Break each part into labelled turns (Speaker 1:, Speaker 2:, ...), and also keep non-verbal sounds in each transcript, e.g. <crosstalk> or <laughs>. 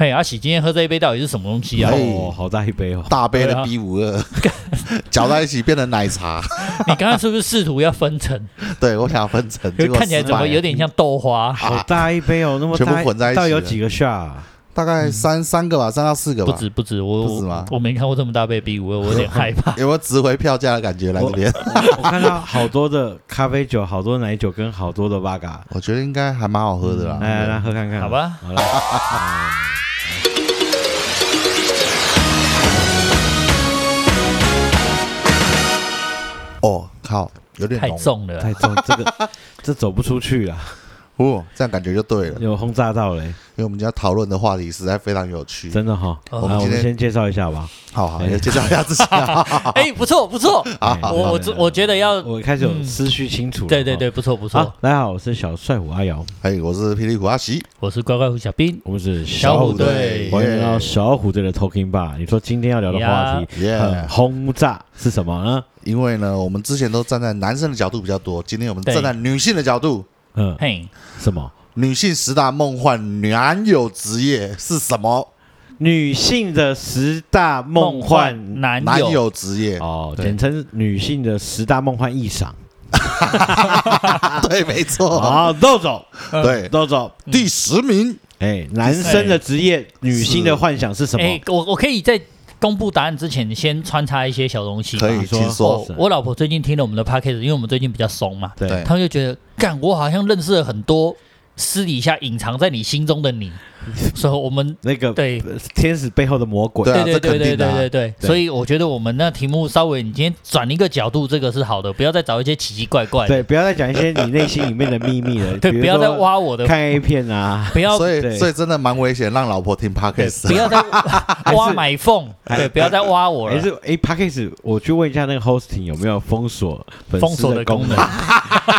Speaker 1: 嘿，阿喜今天喝这一杯到底是什么东西啊？
Speaker 2: 哎
Speaker 1: 哦
Speaker 2: 嘿
Speaker 3: 哦，好大一杯哦，
Speaker 2: 大杯
Speaker 1: 对啊
Speaker 2: 的 B 五二搅在一起变成
Speaker 1: <laughs>
Speaker 2: 奶茶。
Speaker 1: 你刚刚是不是试图要分层？
Speaker 2: 对，我想分成，
Speaker 1: 可
Speaker 2: <laughs> 结
Speaker 1: 是
Speaker 2: 果
Speaker 1: 看起来
Speaker 2: 失
Speaker 1: 怎么
Speaker 2: 败
Speaker 1: 有点像豆
Speaker 2: <laughs>
Speaker 1: 花？
Speaker 3: 好大一杯哦，那么
Speaker 2: 全部
Speaker 3: 大
Speaker 2: 混在一起
Speaker 3: 到底有
Speaker 2: 了
Speaker 3: 几个 shot？啊
Speaker 2: 大概三三个吧，三到四
Speaker 1: 嗯
Speaker 2: 个
Speaker 1: 不
Speaker 2: 吧。
Speaker 1: 止不止，我
Speaker 2: 不止
Speaker 1: 我
Speaker 2: 吗
Speaker 1: 我没看过这么大杯 B 五二，我有点害
Speaker 2: <laughs>
Speaker 1: 怕。
Speaker 2: 有没有值回票价的感觉来这边？ <laughs>
Speaker 3: 我看到好多的咖啡酒，好多奶酒跟好多的 v 嘎，
Speaker 2: 我觉得应该还蛮好喝的
Speaker 1: 嗯
Speaker 2: 啦。
Speaker 3: 来来来喝
Speaker 2: 嗯
Speaker 3: 看看，
Speaker 1: 好吧
Speaker 3: 好了，
Speaker 2: 哦，靠，有点
Speaker 1: 太
Speaker 2: 浓
Speaker 1: 重了
Speaker 3: 太
Speaker 1: 啊，
Speaker 3: 重，
Speaker 2: <laughs>
Speaker 3: 这个这走不出去啊，
Speaker 2: 哦，这样感觉就对了。因
Speaker 3: 有轰炸到嘞，
Speaker 2: 为我们今天讨论的话题实在非常有趣。
Speaker 3: 真的哈。
Speaker 1: 哦
Speaker 3: 好
Speaker 2: 我们
Speaker 3: 我
Speaker 2: 今
Speaker 3: 们
Speaker 2: 天
Speaker 3: 先介绍一下吧。
Speaker 2: 好好，
Speaker 3: 哎
Speaker 2: 也介绍一下自己
Speaker 1: <laughs>
Speaker 2: 啊。
Speaker 1: 哎，不错不错，
Speaker 3: 哎
Speaker 1: 我我我觉得要，
Speaker 3: 我开始有
Speaker 1: 嗯
Speaker 3: 思绪清楚了。
Speaker 1: 对对
Speaker 3: 哦，
Speaker 1: 对，不错不
Speaker 3: 好
Speaker 2: 啊
Speaker 1: 错，，
Speaker 3: 大家好，我是小帅虎阿瑶，
Speaker 2: 哎，我是霹雳虎阿喜，
Speaker 1: 我是乖乖虎小兵，
Speaker 3: 我们是
Speaker 1: 小虎
Speaker 3: 队，
Speaker 1: 队
Speaker 3: 欢迎来到小虎队的 Talking Bar。你说今天要聊的话题，
Speaker 2: 耶
Speaker 3: 很轰炸是什么呢？
Speaker 2: 因为呢，我们之前都站在男生的角度比较多，今天我们
Speaker 1: 对
Speaker 2: 站在女性的角度。
Speaker 3: 嗯，
Speaker 1: 嘿，
Speaker 3: 什么？
Speaker 2: 女性十大梦幻男友职业是什么？
Speaker 3: 女性的十大梦幻
Speaker 1: 男
Speaker 2: 男
Speaker 1: 友，
Speaker 2: 友职业，
Speaker 3: 哦，
Speaker 2: 对
Speaker 3: 简称女性的十大梦幻异想。
Speaker 2: 对，没错，
Speaker 3: 好，豆总，
Speaker 2: 哦对，
Speaker 3: 豆总，
Speaker 2: 第十名，
Speaker 3: 哎，男生的职
Speaker 2: 哎
Speaker 3: 业，女性的幻想是什
Speaker 1: 哎
Speaker 3: 么？，
Speaker 1: 我我可以在公布答案之前先穿插一些小东西吗，
Speaker 2: 可以，
Speaker 3: 你说
Speaker 2: 请
Speaker 1: 哦
Speaker 2: 说。
Speaker 3: 是
Speaker 1: 我老婆最近听了我们的 podcast，因为我们最近比较松嘛，
Speaker 2: 对
Speaker 1: 她就觉得，干，我好像认识了很多私底下隐藏在你心中的你，所以我们
Speaker 3: 那个
Speaker 1: 对
Speaker 3: 天使背后的魔鬼
Speaker 2: 对，啊
Speaker 1: 对
Speaker 2: 这
Speaker 1: 对
Speaker 2: 肯
Speaker 1: 对对
Speaker 2: 定的啊
Speaker 1: 对对对，
Speaker 3: 对
Speaker 1: 所以我觉得我们那题目稍微你今天转一个角度，这个是好的，不要再找一些奇奇怪怪的，
Speaker 3: 对，不要再讲一些你内心里面的秘密了，
Speaker 1: 对，
Speaker 3: 比如
Speaker 1: 不要再
Speaker 3: 说
Speaker 1: 挖我的，
Speaker 3: 看 A
Speaker 1: <laughs>
Speaker 3: 片啊，
Speaker 1: 不要
Speaker 2: 所以
Speaker 3: 对
Speaker 2: 所以真的蛮危险，让老婆听
Speaker 1: 对
Speaker 2: podcast。
Speaker 1: 不要再挖
Speaker 3: 是
Speaker 1: 买缝，
Speaker 3: 还
Speaker 1: 对，
Speaker 3: 是
Speaker 1: 不要再挖我
Speaker 3: 还
Speaker 1: 了，
Speaker 3: 是哎 p a c k a g e 我去问一下那个 hosting 有没有封锁粉
Speaker 1: 封
Speaker 3: 丝
Speaker 1: 锁的功
Speaker 3: 功
Speaker 1: 能。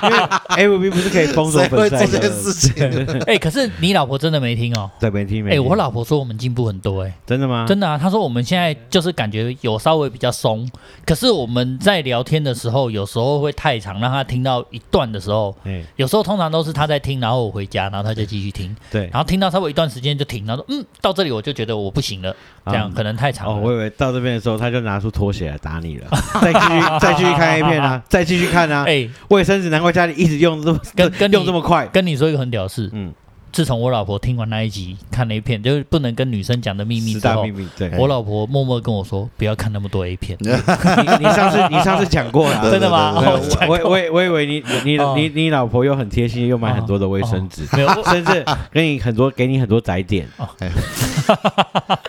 Speaker 3: 因为 AVB 不是可以封锁
Speaker 2: 谁
Speaker 3: 粉
Speaker 2: 会
Speaker 3: 丝
Speaker 2: 做
Speaker 3: 爱
Speaker 2: 这
Speaker 3: 的
Speaker 2: 件事情？
Speaker 1: 哎，可是你老婆真的没听哦，
Speaker 3: 对，没听没
Speaker 1: 哎，
Speaker 3: 听。
Speaker 1: 我老婆说我们进步很多，哎。
Speaker 3: 真的吗？
Speaker 1: 真的啊，他说我们现在就是感觉有稍微比较松，可是我们在聊天的时候，有时候会太长，让他听到一段的时候，
Speaker 3: 哎，
Speaker 1: 有时候通常都是他在听，然后我回家，然后他就继续听，
Speaker 3: 对。
Speaker 1: 然后听到稍微一段时间就停，然后说嗯，到这里我就觉得我不行了，这样
Speaker 3: 啊
Speaker 1: 可能太长
Speaker 3: 哦，
Speaker 1: 了。
Speaker 3: 我以为到这边的时候，他就拿出拖鞋来打你了， <laughs> 再继
Speaker 1: <laughs>
Speaker 3: 续再继续看 A 片啊，再继续看啊。
Speaker 1: 哎，
Speaker 3: 卫生纸难怪家里一直用这么
Speaker 1: 跟跟你
Speaker 3: 用这么快。
Speaker 1: 跟你说一个很屌的事，
Speaker 3: 嗯，
Speaker 1: 自从我老婆听完那一集看了一片，就是不能跟女生讲的秘密哎之
Speaker 3: 十大
Speaker 1: 后
Speaker 3: 秘，密。对，
Speaker 1: 我老婆默默跟我说不要看那么多 A <laughs> 片，
Speaker 3: 你你上次
Speaker 1: <laughs>
Speaker 3: 你上次讲过了。
Speaker 2: 对
Speaker 1: 真的吗？
Speaker 2: 对对
Speaker 1: 哦
Speaker 2: 对
Speaker 1: 讲
Speaker 3: 我我我以我以为你你
Speaker 1: 哦
Speaker 3: 你你老婆又很贴心，又买很多的卫生纸，
Speaker 1: 没有，我
Speaker 3: <laughs>
Speaker 1: 哦
Speaker 3: 甚至给你很多给你很多载点。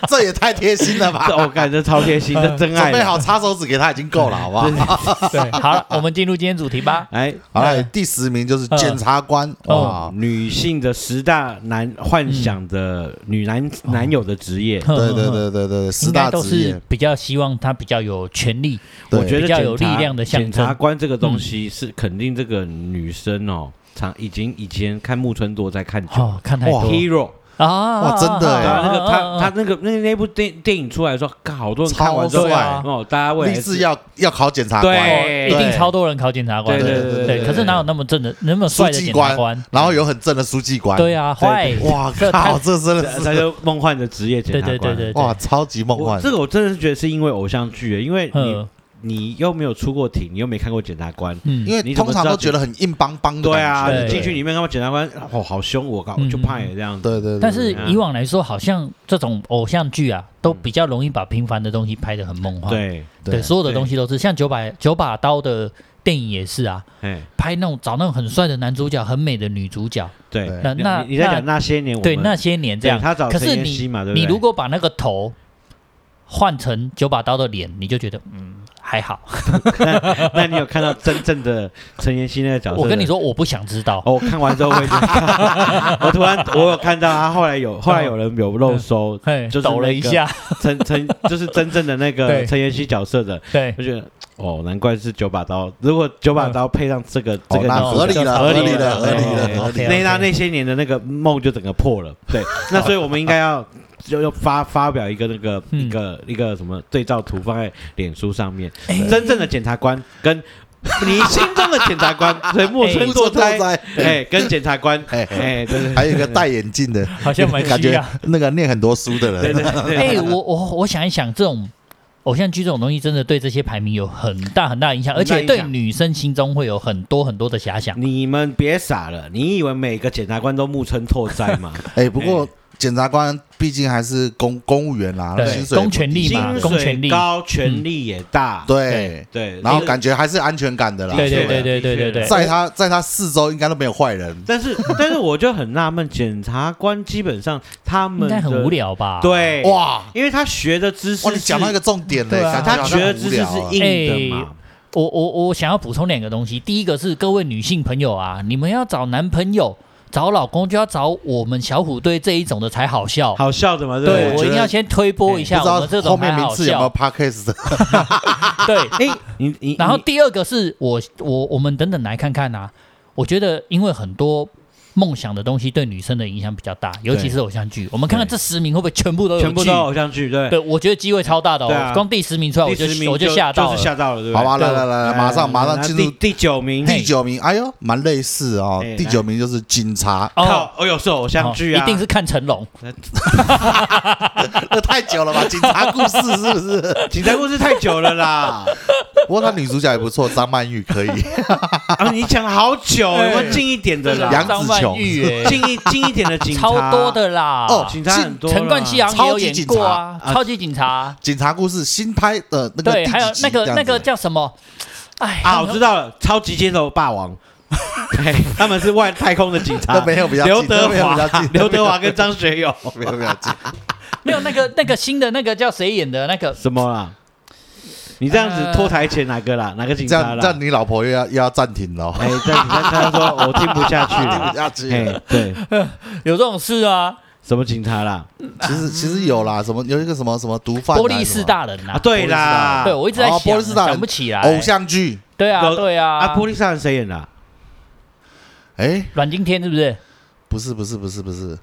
Speaker 2: 这也太贴心了吧！
Speaker 3: 这我感觉超贴心，这真爱啊
Speaker 2: 准备
Speaker 3: 了。
Speaker 2: 好擦手指给他已经够了，好不好？
Speaker 1: 对，好了，我们进入今天主题吧。
Speaker 3: 哎，
Speaker 2: 好了，第十名就是检察官哇
Speaker 1: 哦，
Speaker 3: 女性的十大男
Speaker 1: 嗯
Speaker 3: 幻想的女男
Speaker 1: 哦
Speaker 3: 男友的职业，
Speaker 2: 对对对对对，十
Speaker 1: 应该
Speaker 2: 大
Speaker 1: 都
Speaker 2: 职
Speaker 1: 是
Speaker 2: 业，
Speaker 1: 比较希望他比较有权利，
Speaker 2: 对嗯
Speaker 3: 我觉得
Speaker 1: 比较有
Speaker 3: 检察
Speaker 1: 力量的象征
Speaker 3: 检察官这个东西是肯定这个女生哦，常已经以前看木村拓哉看久了
Speaker 1: 哦，看太多
Speaker 2: 哇
Speaker 3: Hero，
Speaker 1: 啊，
Speaker 2: 哇真的
Speaker 3: 对
Speaker 2: 哎
Speaker 3: 啊，那个他他
Speaker 1: 他
Speaker 3: 那个那那部电电影出来的时候，干好多人看完之后
Speaker 2: 超，
Speaker 1: 帅
Speaker 3: 哦，大家为
Speaker 2: 立
Speaker 3: 了
Speaker 2: 志要要考检察官，
Speaker 3: 对
Speaker 1: 一定超多人考检察官，
Speaker 3: 对
Speaker 2: 对对对
Speaker 1: 对，
Speaker 2: 对
Speaker 1: 可是哪有那么正的那么帅的
Speaker 2: 书记
Speaker 1: 检察
Speaker 2: 官
Speaker 1: 官？
Speaker 2: 然后有很正的书记官，
Speaker 1: 对啊，坏
Speaker 3: 对
Speaker 2: 哇
Speaker 1: 这太
Speaker 2: 靠，这真的
Speaker 3: 他
Speaker 2: 是
Speaker 3: 就梦幻的职业检
Speaker 1: 对
Speaker 3: 察
Speaker 1: 对对
Speaker 3: 官。
Speaker 1: 对
Speaker 2: 哇，
Speaker 1: 对，
Speaker 2: 超级梦
Speaker 3: 我
Speaker 2: 幻
Speaker 3: 这。个我真的是觉得是因为偶像剧，因为你
Speaker 1: 嗯
Speaker 3: 你又没有出过庭，你又没看过检察官，
Speaker 2: 因
Speaker 1: 嗯，
Speaker 2: 为
Speaker 3: 你怎
Speaker 2: 通
Speaker 3: 么
Speaker 2: 常
Speaker 3: 知道
Speaker 2: 都觉得很硬邦邦的
Speaker 3: 对
Speaker 2: 感
Speaker 3: 啊，
Speaker 2: 觉，
Speaker 1: 对
Speaker 3: 你进去里面看到检察官，哦，好凶，我靠，我就
Speaker 1: 嗯
Speaker 3: 怕你这样子。
Speaker 2: 对对对，
Speaker 1: 但是
Speaker 3: 对
Speaker 1: 以往来说，好像这种偶像剧啊，都比较容易把平凡的东西拍得很梦
Speaker 2: 嗯
Speaker 1: 幻。
Speaker 3: 对，
Speaker 1: 对，所有的东西都是像九把九把刀的电影也是啊，
Speaker 3: 哎，
Speaker 1: 拍那种找那种很帅的男主角、很美的女主角，
Speaker 3: 对，
Speaker 2: 对
Speaker 1: 那
Speaker 3: 你
Speaker 1: 那
Speaker 3: 你在讲那些年我们
Speaker 1: 对那些年这样
Speaker 3: 对。他找
Speaker 1: 可
Speaker 3: 陈
Speaker 1: 是
Speaker 3: 妍
Speaker 1: 你
Speaker 3: 希嘛，对不对？
Speaker 1: 你如果把那个头换成九把刀的脸，你就觉得嗯还好。
Speaker 3: 那你有看到真正的陈妍希那个角色？
Speaker 1: 我跟你，说，我不想知道。
Speaker 3: 哦，我看完之后会觉得，我突然我有看到啊，后来有后来有人
Speaker 1: 嗯
Speaker 3: 有肉搜
Speaker 1: 嘿，
Speaker 3: 就是
Speaker 1: 抖了一下，
Speaker 3: <laughs> 陈陈，就是真正的那
Speaker 1: 对
Speaker 3: 个陈妍希角色的，
Speaker 1: 对
Speaker 3: 我觉得哦，难怪是九把刀。如果九把刀配上这个
Speaker 2: 哦
Speaker 3: 这个
Speaker 2: 那
Speaker 3: 女
Speaker 2: 合理
Speaker 3: 主角
Speaker 2: 了
Speaker 3: 合
Speaker 2: 合理
Speaker 3: 了，
Speaker 2: 了合理了
Speaker 3: 对
Speaker 2: 合
Speaker 3: 对哦那那那些年的那个梦就整个破了。
Speaker 2: <laughs>
Speaker 3: 对，那所以我们应该要。就要发发表一个那个
Speaker 1: 嗯
Speaker 2: 哎 <laughs>
Speaker 3: 一个一个什么对照图放在脸书上面，真正的检察官跟你心中的检察官，所以莫村
Speaker 1: 哎
Speaker 3: 拓
Speaker 2: 哉
Speaker 3: 哉，哎，跟检察官，
Speaker 2: 哎
Speaker 3: 哎，对对
Speaker 2: 还有一个戴眼镜的，
Speaker 1: 好像蛮
Speaker 2: 感
Speaker 1: 需
Speaker 2: 觉
Speaker 1: 要。
Speaker 2: 那个念很多书的
Speaker 3: 对
Speaker 2: 人，
Speaker 3: 对对，
Speaker 1: 哎、我我我想一想，这种偶像剧这种东西，真的对这些排名有很大很大的影响，而
Speaker 3: 很大
Speaker 1: 且
Speaker 3: 影
Speaker 1: 对
Speaker 3: 响
Speaker 1: 女生心中会有很多很多的遐想。
Speaker 3: 你们别傻了，你以为每个检察官都木村拓哉
Speaker 2: <laughs>
Speaker 3: 吗？
Speaker 2: 哎，不过检察官毕竟还是公公务员啦，
Speaker 1: 对
Speaker 2: 薪水也不
Speaker 1: 公权力
Speaker 2: 低
Speaker 1: 立
Speaker 3: 薪
Speaker 1: 嘛马
Speaker 3: 水
Speaker 1: 公权力
Speaker 3: 高，权
Speaker 2: 嗯
Speaker 3: 力也大，
Speaker 2: 对，
Speaker 3: 对，
Speaker 2: 然后
Speaker 3: 就是
Speaker 2: 感觉还是安全感的啦。
Speaker 1: 对对
Speaker 3: 的确
Speaker 1: 对
Speaker 3: 啊
Speaker 1: 对对对
Speaker 3: 的确
Speaker 1: 对
Speaker 3: 啊，
Speaker 2: 在他在他四周应该都没有坏人，
Speaker 3: 但是但是我就很纳闷，检察官基本上他
Speaker 1: 应
Speaker 3: 们
Speaker 1: 该
Speaker 3: 的
Speaker 1: 很无，聊吧？，
Speaker 3: 对，
Speaker 2: 哇
Speaker 3: 因为他学的知识
Speaker 2: 哇，
Speaker 3: 是，
Speaker 2: 你讲到一个重点嘞，
Speaker 1: 对啊
Speaker 2: 感
Speaker 3: 他
Speaker 2: 好
Speaker 3: 学
Speaker 2: 像
Speaker 3: 的
Speaker 2: 很无
Speaker 3: 知识
Speaker 2: 聊
Speaker 3: 是
Speaker 2: 啊
Speaker 3: 硬的
Speaker 1: 哎
Speaker 3: 嘛，
Speaker 1: 我我我想要补充两个东西，第一个是各位女性朋友啊，你们要找男朋友、找老公，就要找我们小虎队这一种的才好笑。
Speaker 3: 好笑的嘛，对不
Speaker 1: 对，
Speaker 3: 对？
Speaker 1: 我一定要先推播
Speaker 3: 哎
Speaker 1: 一
Speaker 2: 不
Speaker 1: 下
Speaker 2: 知
Speaker 1: 我们这
Speaker 2: 道后
Speaker 1: 种
Speaker 2: 面
Speaker 1: 才
Speaker 2: 名
Speaker 1: 好
Speaker 2: 次有没
Speaker 1: 笑。
Speaker 2: 有 podcast 的
Speaker 1: 对，
Speaker 3: <laughs> 哎，你你
Speaker 1: 然后
Speaker 3: 你
Speaker 1: 第二个是我我我们等等来看看啊，我觉得因为很多梦想的东西对女生的影响比较大，尤其是偶像剧。我们看看这十名会不会全部都有
Speaker 3: 全部
Speaker 1: 剧
Speaker 3: 都偶像剧，对，
Speaker 1: 对，我觉得机会超大的
Speaker 3: 对
Speaker 1: 哦
Speaker 3: 啊，
Speaker 1: 光第十名出来我
Speaker 3: 第十名
Speaker 1: 就我就吓到
Speaker 3: 就
Speaker 1: 了
Speaker 3: 是。吓到了，对不
Speaker 2: 好
Speaker 3: 对？
Speaker 2: 吧，
Speaker 1: 对
Speaker 2: 来来来来，马上马上进
Speaker 3: 第
Speaker 2: 入
Speaker 3: 第九名，
Speaker 2: 第九名。哎呦，蛮类似哦
Speaker 3: 哎。
Speaker 2: 第九名就是警察，
Speaker 3: 靠，哦，有是偶像剧啊，
Speaker 1: 一定是看成龙。
Speaker 2: 那太久了吧？警察故事是不是？
Speaker 3: 警察故事太久了
Speaker 2: <laughs>
Speaker 3: 啦。
Speaker 2: 不过他女主角也不错，张曼玉可以。
Speaker 3: 啊，你讲好久，有
Speaker 1: 哎
Speaker 3: 没有近一点的
Speaker 2: 杨紫
Speaker 3: 啦？
Speaker 1: 张曼
Speaker 2: 琼
Speaker 1: 玉
Speaker 3: <laughs>
Speaker 1: 欸
Speaker 3: 近一近一点的警察，
Speaker 1: <laughs> 超多的啦。
Speaker 2: 哦
Speaker 3: 警察很多啦。
Speaker 1: 陈冠希好像也有演过啊，
Speaker 3: 超级警察啊
Speaker 1: 超级警察，
Speaker 2: 警察故事新拍的那个
Speaker 1: 对，
Speaker 2: 第
Speaker 1: 还有
Speaker 2: 几集
Speaker 1: 那个
Speaker 2: 这样
Speaker 1: 那个
Speaker 2: 子
Speaker 1: 叫什么？哎，
Speaker 3: 啊，我知道了，超级街头
Speaker 2: <laughs>
Speaker 3: 霸王，嘿他们是外太空的警察
Speaker 2: 那。没有比较近
Speaker 3: 刘德
Speaker 2: 那没有比较
Speaker 3: 华
Speaker 2: 近，
Speaker 3: <laughs> 刘德华跟张
Speaker 2: <laughs>
Speaker 3: 学友
Speaker 2: 没有比较近。
Speaker 1: 没有那个那个新的那个叫谁演的那个？
Speaker 3: 什么啦？你这样子拖台前哪个啦？哪个警
Speaker 2: 这
Speaker 3: 察
Speaker 2: 样
Speaker 3: 啦
Speaker 2: 这？样你老婆又要又要暂停了，
Speaker 3: 哎，这样他他说我听不下去
Speaker 2: <laughs> 听不
Speaker 3: 了。
Speaker 2: 下去了。
Speaker 3: 哎，对，
Speaker 1: 有这种事啊？
Speaker 3: 什么警察啦？
Speaker 2: 其实其实有啦，什么有一个什么什么毒贩啊
Speaker 1: 波利士大人
Speaker 3: 啊，
Speaker 1: 啊，
Speaker 3: 对啦，
Speaker 1: 对我一直在
Speaker 2: 哦
Speaker 1: 想，
Speaker 2: 波利士大人
Speaker 1: 想不起来。
Speaker 2: 什么偶，像剧，
Speaker 1: 对啊
Speaker 3: 有
Speaker 1: 对啊，
Speaker 3: 啊，波利萨人谁演的啊？
Speaker 2: 哎，
Speaker 1: 阮经天是不是？
Speaker 2: 不是不是不是不是，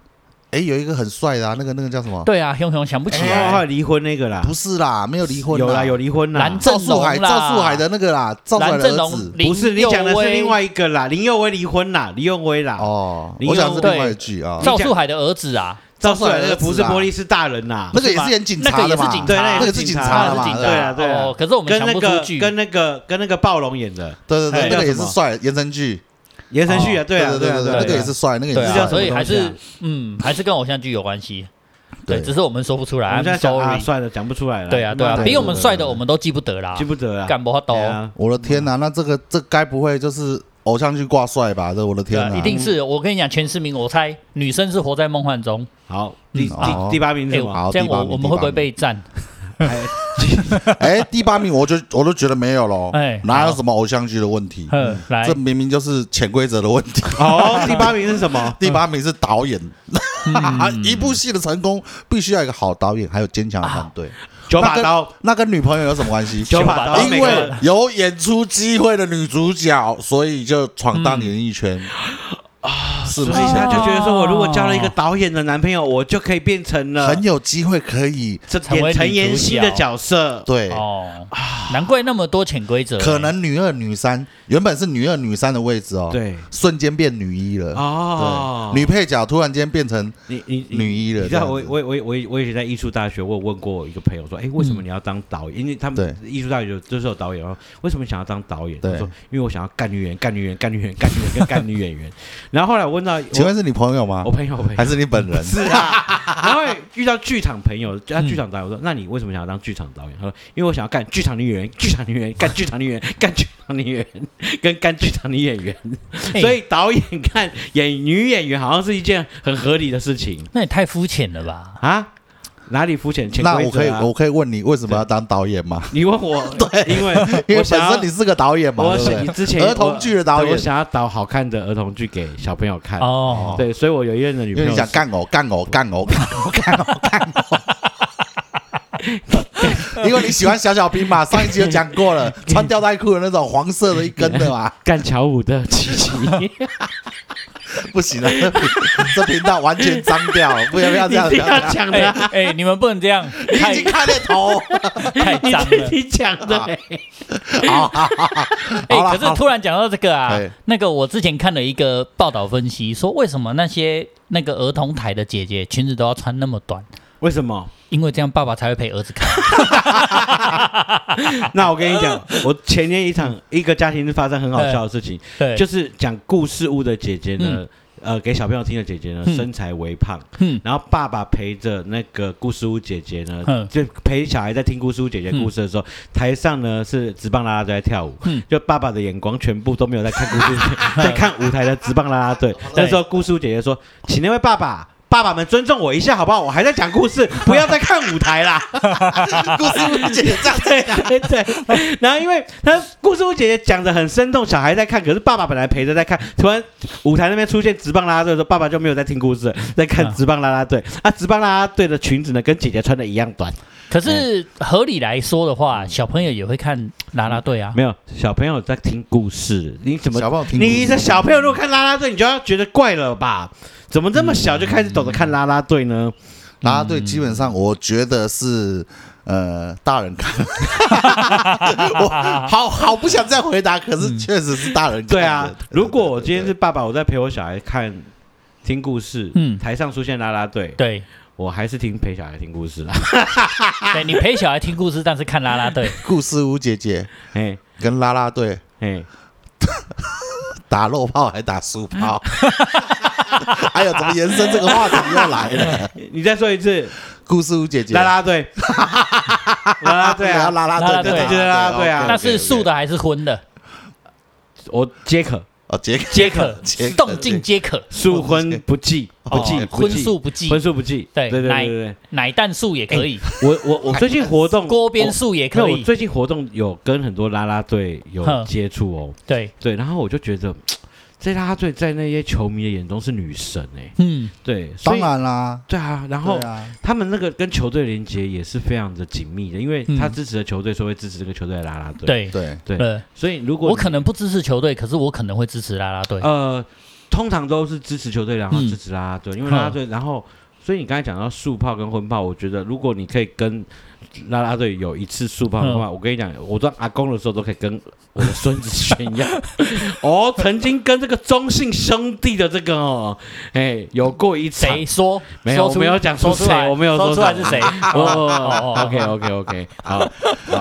Speaker 2: 哎，有一个很帅的啊，那个那个叫什么？
Speaker 1: 对啊，熊熊想不起
Speaker 3: 哦，还
Speaker 1: 来。
Speaker 3: 有离婚那个
Speaker 1: 啊
Speaker 3: 啦，
Speaker 2: 不是啦，没有离婚，啊
Speaker 3: 有啦有。离婚啦
Speaker 1: 蓝，
Speaker 2: 赵树海，
Speaker 1: 郑容啦
Speaker 2: 赵树海的那个啦，赵树海
Speaker 1: 蓝
Speaker 2: 的
Speaker 1: 正
Speaker 2: 儿
Speaker 1: 龙
Speaker 2: 子，
Speaker 1: 林
Speaker 3: 不是你
Speaker 1: 佑
Speaker 3: 讲的是
Speaker 1: 威
Speaker 3: 另外一个啦，林佑威离婚啦，林佑威啦，
Speaker 2: 哦，
Speaker 3: 林
Speaker 2: 我想
Speaker 3: 佑
Speaker 2: 是
Speaker 1: 威
Speaker 2: 另外一句啊，
Speaker 1: 赵树海的儿子啊，
Speaker 3: 赵树海
Speaker 2: 赵树海的
Speaker 3: 那
Speaker 2: 儿
Speaker 3: 个
Speaker 2: 子
Speaker 3: 不是
Speaker 2: 啦
Speaker 3: 玻璃是大人啦，
Speaker 2: 那个也是演警察
Speaker 1: 那个也
Speaker 2: 的嘛，
Speaker 1: 是警察
Speaker 3: 对，
Speaker 2: 那
Speaker 3: 也
Speaker 2: 个
Speaker 3: 是
Speaker 2: 啊是警
Speaker 1: 他
Speaker 2: 察
Speaker 1: 是
Speaker 2: 的嘛，
Speaker 1: 警察，
Speaker 3: 对啊对啊
Speaker 1: 哦，可是我们
Speaker 3: 跟
Speaker 1: 想
Speaker 3: 那
Speaker 1: 不出
Speaker 3: 个
Speaker 1: 去。
Speaker 3: 跟那个跟那个暴龙演的
Speaker 2: 对对
Speaker 3: 哎
Speaker 2: 对，那
Speaker 3: 叫
Speaker 2: 个也
Speaker 3: 什
Speaker 2: 是
Speaker 3: 么
Speaker 2: 帅，言承旭，
Speaker 3: 言承旭啊，对啊
Speaker 2: 哦对对
Speaker 3: 啊
Speaker 2: 对，
Speaker 3: 啊
Speaker 2: 那个
Speaker 3: 对
Speaker 2: 也
Speaker 3: 啊
Speaker 2: 是帅，那个也
Speaker 1: 对
Speaker 2: 是帅
Speaker 1: 啊，
Speaker 3: 样
Speaker 1: 所以还
Speaker 3: 什么
Speaker 1: 是
Speaker 3: 东
Speaker 1: 嗯，还是跟偶像剧有关系。对，
Speaker 2: 对
Speaker 1: 只是我们说不出
Speaker 3: 我
Speaker 1: 来
Speaker 3: 们现在
Speaker 1: ，I'm
Speaker 3: 讲啊，
Speaker 1: sorry。
Speaker 3: 算了，讲不出来了，
Speaker 1: 对啊，对啊，
Speaker 2: 对
Speaker 1: 比
Speaker 2: 对
Speaker 1: 我们
Speaker 2: 对
Speaker 1: 帅
Speaker 2: 对
Speaker 1: 的我们都记不得啦
Speaker 3: 记，不得了，
Speaker 1: 干不
Speaker 3: 啊对
Speaker 1: 到。
Speaker 3: 啊，
Speaker 2: 我的天
Speaker 1: 嗯
Speaker 2: 呐、那这个这该不会就是偶像剧挂帅吧？这我的
Speaker 1: 对
Speaker 2: 天
Speaker 1: 啊，
Speaker 2: 呐、
Speaker 1: 一定是我跟你讲，前十名我猜女生是活在梦幻中。
Speaker 3: 好，第
Speaker 1: 嗯
Speaker 3: 第
Speaker 2: 好
Speaker 3: 第八名是
Speaker 1: 哎
Speaker 3: 什么？
Speaker 2: 好
Speaker 1: 这样
Speaker 2: 第八
Speaker 1: 我
Speaker 2: 名
Speaker 1: 我们会不会
Speaker 2: 第八名
Speaker 1: 被占？
Speaker 3: 哎
Speaker 2: 哎，第八名我就我都觉得没有喽，
Speaker 1: 哎
Speaker 2: 哪有什么偶像剧的问题？
Speaker 1: 呵，来
Speaker 2: 嗯这，明明就是潜规则的问题。？
Speaker 3: 哦，第八名是什么
Speaker 2: <laughs> 第八名是导演，啊，
Speaker 1: 嗯
Speaker 2: <laughs> 一部戏的成功必须要有一个好导演，还有坚强的团队。
Speaker 3: 九把刀，
Speaker 2: 那跟女朋友有什么关
Speaker 3: <laughs>
Speaker 2: 系？
Speaker 3: 九把刀，
Speaker 2: 因为有演出机会的女主角，所以就闯荡演艺圈啊，是不
Speaker 3: 所
Speaker 2: 是
Speaker 3: 以？他就觉
Speaker 1: 哦
Speaker 3: 得说，我如果交了一个导演的男朋友，我就可以变成了
Speaker 2: 很有机会可以
Speaker 3: 这
Speaker 1: 成为
Speaker 3: 演陈
Speaker 1: 女
Speaker 3: 妍
Speaker 1: 主
Speaker 3: 希
Speaker 1: 角
Speaker 3: 的角色。
Speaker 2: 对
Speaker 1: 哦，难怪那么多潜规则。
Speaker 2: 可能女二、女三原本是女二、女三的位置哦，，
Speaker 3: 对，
Speaker 2: 瞬间变女一了。
Speaker 3: 哦，
Speaker 2: 女配角突然间变成
Speaker 3: 你你你
Speaker 2: 女一了
Speaker 3: 你知道
Speaker 2: 这样
Speaker 3: 我
Speaker 2: 子
Speaker 3: 我我我我以前在艺术大学，我有问过一个朋友说，哎，为什么你要当导演？因为他们艺术大学就是有导演，然后为什么想要当导演？他
Speaker 2: 对
Speaker 3: 说因为我想要干女演员，干女演员，干女演员，干女演员，跟干女演员。 <laughs> 然后后来我问到
Speaker 2: 请
Speaker 3: 我
Speaker 2: 问是你朋友吗
Speaker 3: 我？朋友，我朋友
Speaker 2: 还是你本人？
Speaker 3: 是啊，然后遇到剧场朋友，就他剧场导演，我说：“那你为什么想要当剧场导演？”他说：“因为我想要干剧场女演员，剧场女演员，干剧场女演员，干剧场女演员，跟干剧场女演
Speaker 2: <laughs>
Speaker 3: 员。
Speaker 1: 哎
Speaker 3: 所以导演看演女演员好像是一件很合理的事情
Speaker 1: 那也太肤浅了吧？
Speaker 3: 啊，哪里肤 <laughs> 浅？潜
Speaker 2: 那
Speaker 3: 规
Speaker 2: 我
Speaker 3: 则
Speaker 2: 可以
Speaker 3: 啊
Speaker 2: 我可以问你为什么要当导演吗？
Speaker 3: 你
Speaker 2: <laughs>
Speaker 3: 问我，对，因
Speaker 2: 因
Speaker 3: 为
Speaker 2: 为
Speaker 3: 我
Speaker 2: 本
Speaker 3: 想要
Speaker 2: 身你，是个导演嘛，
Speaker 3: 我
Speaker 2: 对不
Speaker 3: 是
Speaker 2: 对？
Speaker 3: 之前
Speaker 2: 儿童剧的导演
Speaker 3: 我想要导好看的儿童剧给小朋友
Speaker 2: 哎
Speaker 3: 看。
Speaker 1: 哦，
Speaker 3: 对，所以我有一任的女
Speaker 2: 因
Speaker 3: 朋
Speaker 2: 为你
Speaker 3: 友
Speaker 2: 想
Speaker 3: 是
Speaker 2: 干偶、干偶、干偶、干偶、干偶、干偶， <laughs> 因为你喜欢小小兵
Speaker 3: <laughs>
Speaker 2: 嘛，上一集有讲过了，
Speaker 3: <laughs>
Speaker 2: 穿吊带裤的那种黄色的一根的嘛， <laughs>
Speaker 3: 干乔五的琪琪。
Speaker 2: 不行了，这频 <laughs> 这频道完全脏掉了，不要不要这样，
Speaker 3: <laughs>
Speaker 2: 不
Speaker 3: 你一定
Speaker 2: 要这
Speaker 3: 要
Speaker 2: 样，
Speaker 3: 讲
Speaker 1: 哎
Speaker 3: 的啊，
Speaker 1: 哎，你们不能这样，
Speaker 2: <laughs> 你
Speaker 1: 太
Speaker 2: 已经开了
Speaker 3: <laughs>
Speaker 2: 头，
Speaker 1: 太
Speaker 3: 你
Speaker 1: 脏
Speaker 3: 自
Speaker 1: 了。啊
Speaker 3: 己讲的欸。
Speaker 2: 好，好好好了
Speaker 1: 哎，可是
Speaker 2: 好
Speaker 1: 突然讲到这个啊
Speaker 2: 哎，
Speaker 1: 那个我之前看了一个报道分析，说为什么那些那个儿童台的姐姐裙子都要穿那么短，
Speaker 3: 为什么？
Speaker 1: 因为这样爸爸才会陪儿子看。啊
Speaker 3: 那我跟你讲，我前天一场一个家庭是发生很好笑的事情，
Speaker 1: 嗯对，
Speaker 3: 就是讲故事屋的姐姐呢，呃，给小朋友听的姐姐呢，
Speaker 1: 嗯
Speaker 3: 身材微胖，
Speaker 1: 嗯
Speaker 3: 然后爸爸陪着那个故事屋姐姐呢
Speaker 1: 嗯，
Speaker 3: 就陪小孩在听故事屋姐姐故事的时候，台上呢是直棒啦啦队在跳舞
Speaker 1: 嗯，
Speaker 3: 就爸爸的眼光全部都没有在看故事屋姐
Speaker 1: <laughs>
Speaker 3: 姐， <laughs> 在看舞台的直棒啦啦队。
Speaker 1: 嗯
Speaker 3: 那时候故事屋姐姐说：“请那位爸爸。”爸爸们尊重我一下好不好？我还在讲故事，不要再看舞台啦。
Speaker 2: 故事不姐姐这样子
Speaker 3: 对对对，然后因为他故事屋姐姐讲的很生动，小孩在看，可是爸爸本来陪着在看，突然舞台那边出现直棒啦啦队的时候，爸爸就没有在听故事了，在看
Speaker 1: 嗯
Speaker 3: 直棒啦啦队。啊，直棒啦啦队的裙子呢，跟姐姐穿的一样短，
Speaker 1: 可是合理来说的话，小朋友也会看啦啦队啊。
Speaker 3: 没有小朋友在听故事，你怎么？
Speaker 2: 小朋友听故事
Speaker 3: 你的小朋友如果看啦啦队，你就要觉得怪了吧？怎么这么小就开始懂得看啦啦队呢？
Speaker 2: 啦啦队啊基本上我觉得是呃大人
Speaker 3: <laughs>
Speaker 2: 看，我好好不想再回答，可是确实是大人看的。
Speaker 3: 对啊，如果我今天是
Speaker 2: 对
Speaker 3: 爸爸，我在陪我小孩看听故事，嗯，
Speaker 1: 嗯
Speaker 3: 台上出现啦啦队，
Speaker 1: 对，
Speaker 3: 我还是听陪小孩听故 <laughs> 事啦。啊
Speaker 1: 对你陪小孩听故事，但是看啦啦队，
Speaker 2: 故事屋姐姐
Speaker 3: 哎
Speaker 2: 跟啦啦队
Speaker 3: 哎，
Speaker 2: 打肉炮还打书炮， <laughs> 哎呦，怎么延伸这个话题又来了？
Speaker 3: 你再说一次，
Speaker 2: 故事屋姐姐
Speaker 3: 啦
Speaker 2: <laughs>
Speaker 3: 啦队，啦啦队
Speaker 2: 啊， <laughs>
Speaker 3: 啊，
Speaker 2: 啦啦队
Speaker 1: 啦啦队
Speaker 3: 就是啦啦队 <laughs> 啊
Speaker 1: 那是素的还是荤的？
Speaker 3: <laughs> 我皆可，
Speaker 2: 哦，杰克
Speaker 1: 皆可
Speaker 2: 皆可，
Speaker 1: 动静皆可，
Speaker 3: 素荤不忌，
Speaker 2: 哦
Speaker 3: 不忌，不
Speaker 1: 哦荤
Speaker 3: 忌
Speaker 1: 素不忌，
Speaker 3: 荤素不忌，
Speaker 1: 对
Speaker 3: 对对
Speaker 1: 奶
Speaker 3: 对对。
Speaker 1: 奶蛋素也可以，
Speaker 3: 我我我最近活
Speaker 1: <laughs>
Speaker 3: 动
Speaker 1: 锅边素也
Speaker 3: 我
Speaker 1: 可
Speaker 3: 没有我
Speaker 1: 以。
Speaker 3: 最近活动有跟很多啦啦队有
Speaker 1: 哼
Speaker 3: 接触哦，
Speaker 1: 对，
Speaker 3: 对，然后我就觉得这啦啦队在那些球迷的眼中是女神哎，
Speaker 1: 嗯，
Speaker 3: 对，所
Speaker 2: <laughs> 当
Speaker 3: 以
Speaker 2: 然啦，
Speaker 3: 对啊，然后
Speaker 2: 对啊
Speaker 3: 他们那个跟球队连接也是非常的紧密的，因为他
Speaker 1: 嗯
Speaker 3: 支持的球队，所以会支持这个球队的啦啦队，
Speaker 1: 对，
Speaker 2: 对，
Speaker 3: 对
Speaker 1: 呃，
Speaker 3: 所以如果
Speaker 1: 我
Speaker 3: 你
Speaker 1: 可能不支持球队，可是我可能会支持啦啦队。
Speaker 3: 呃，通常都是支持球队，然后
Speaker 1: 嗯
Speaker 3: 支持啦啦队，因为啦啦队，然后所以你刚才讲到速炮跟婚炮，我觉得如果你可以跟啦啦队有一次速炮的话，我跟你讲，我当阿公的时候都可以跟我的孙子炫耀， <laughs> 哦，曾经跟这个中信兄弟的这个哦，哎，有过一场。
Speaker 1: 谁说？
Speaker 3: 没有，
Speaker 1: 说
Speaker 3: 我
Speaker 1: 出
Speaker 3: 没有讲出
Speaker 1: 说出
Speaker 3: 谁，
Speaker 1: 来
Speaker 3: 我没有
Speaker 1: 说出来是
Speaker 3: 谁 <laughs>
Speaker 1: 谁
Speaker 3: 哦哦
Speaker 1: 哦
Speaker 3: ，OK OK OK，好，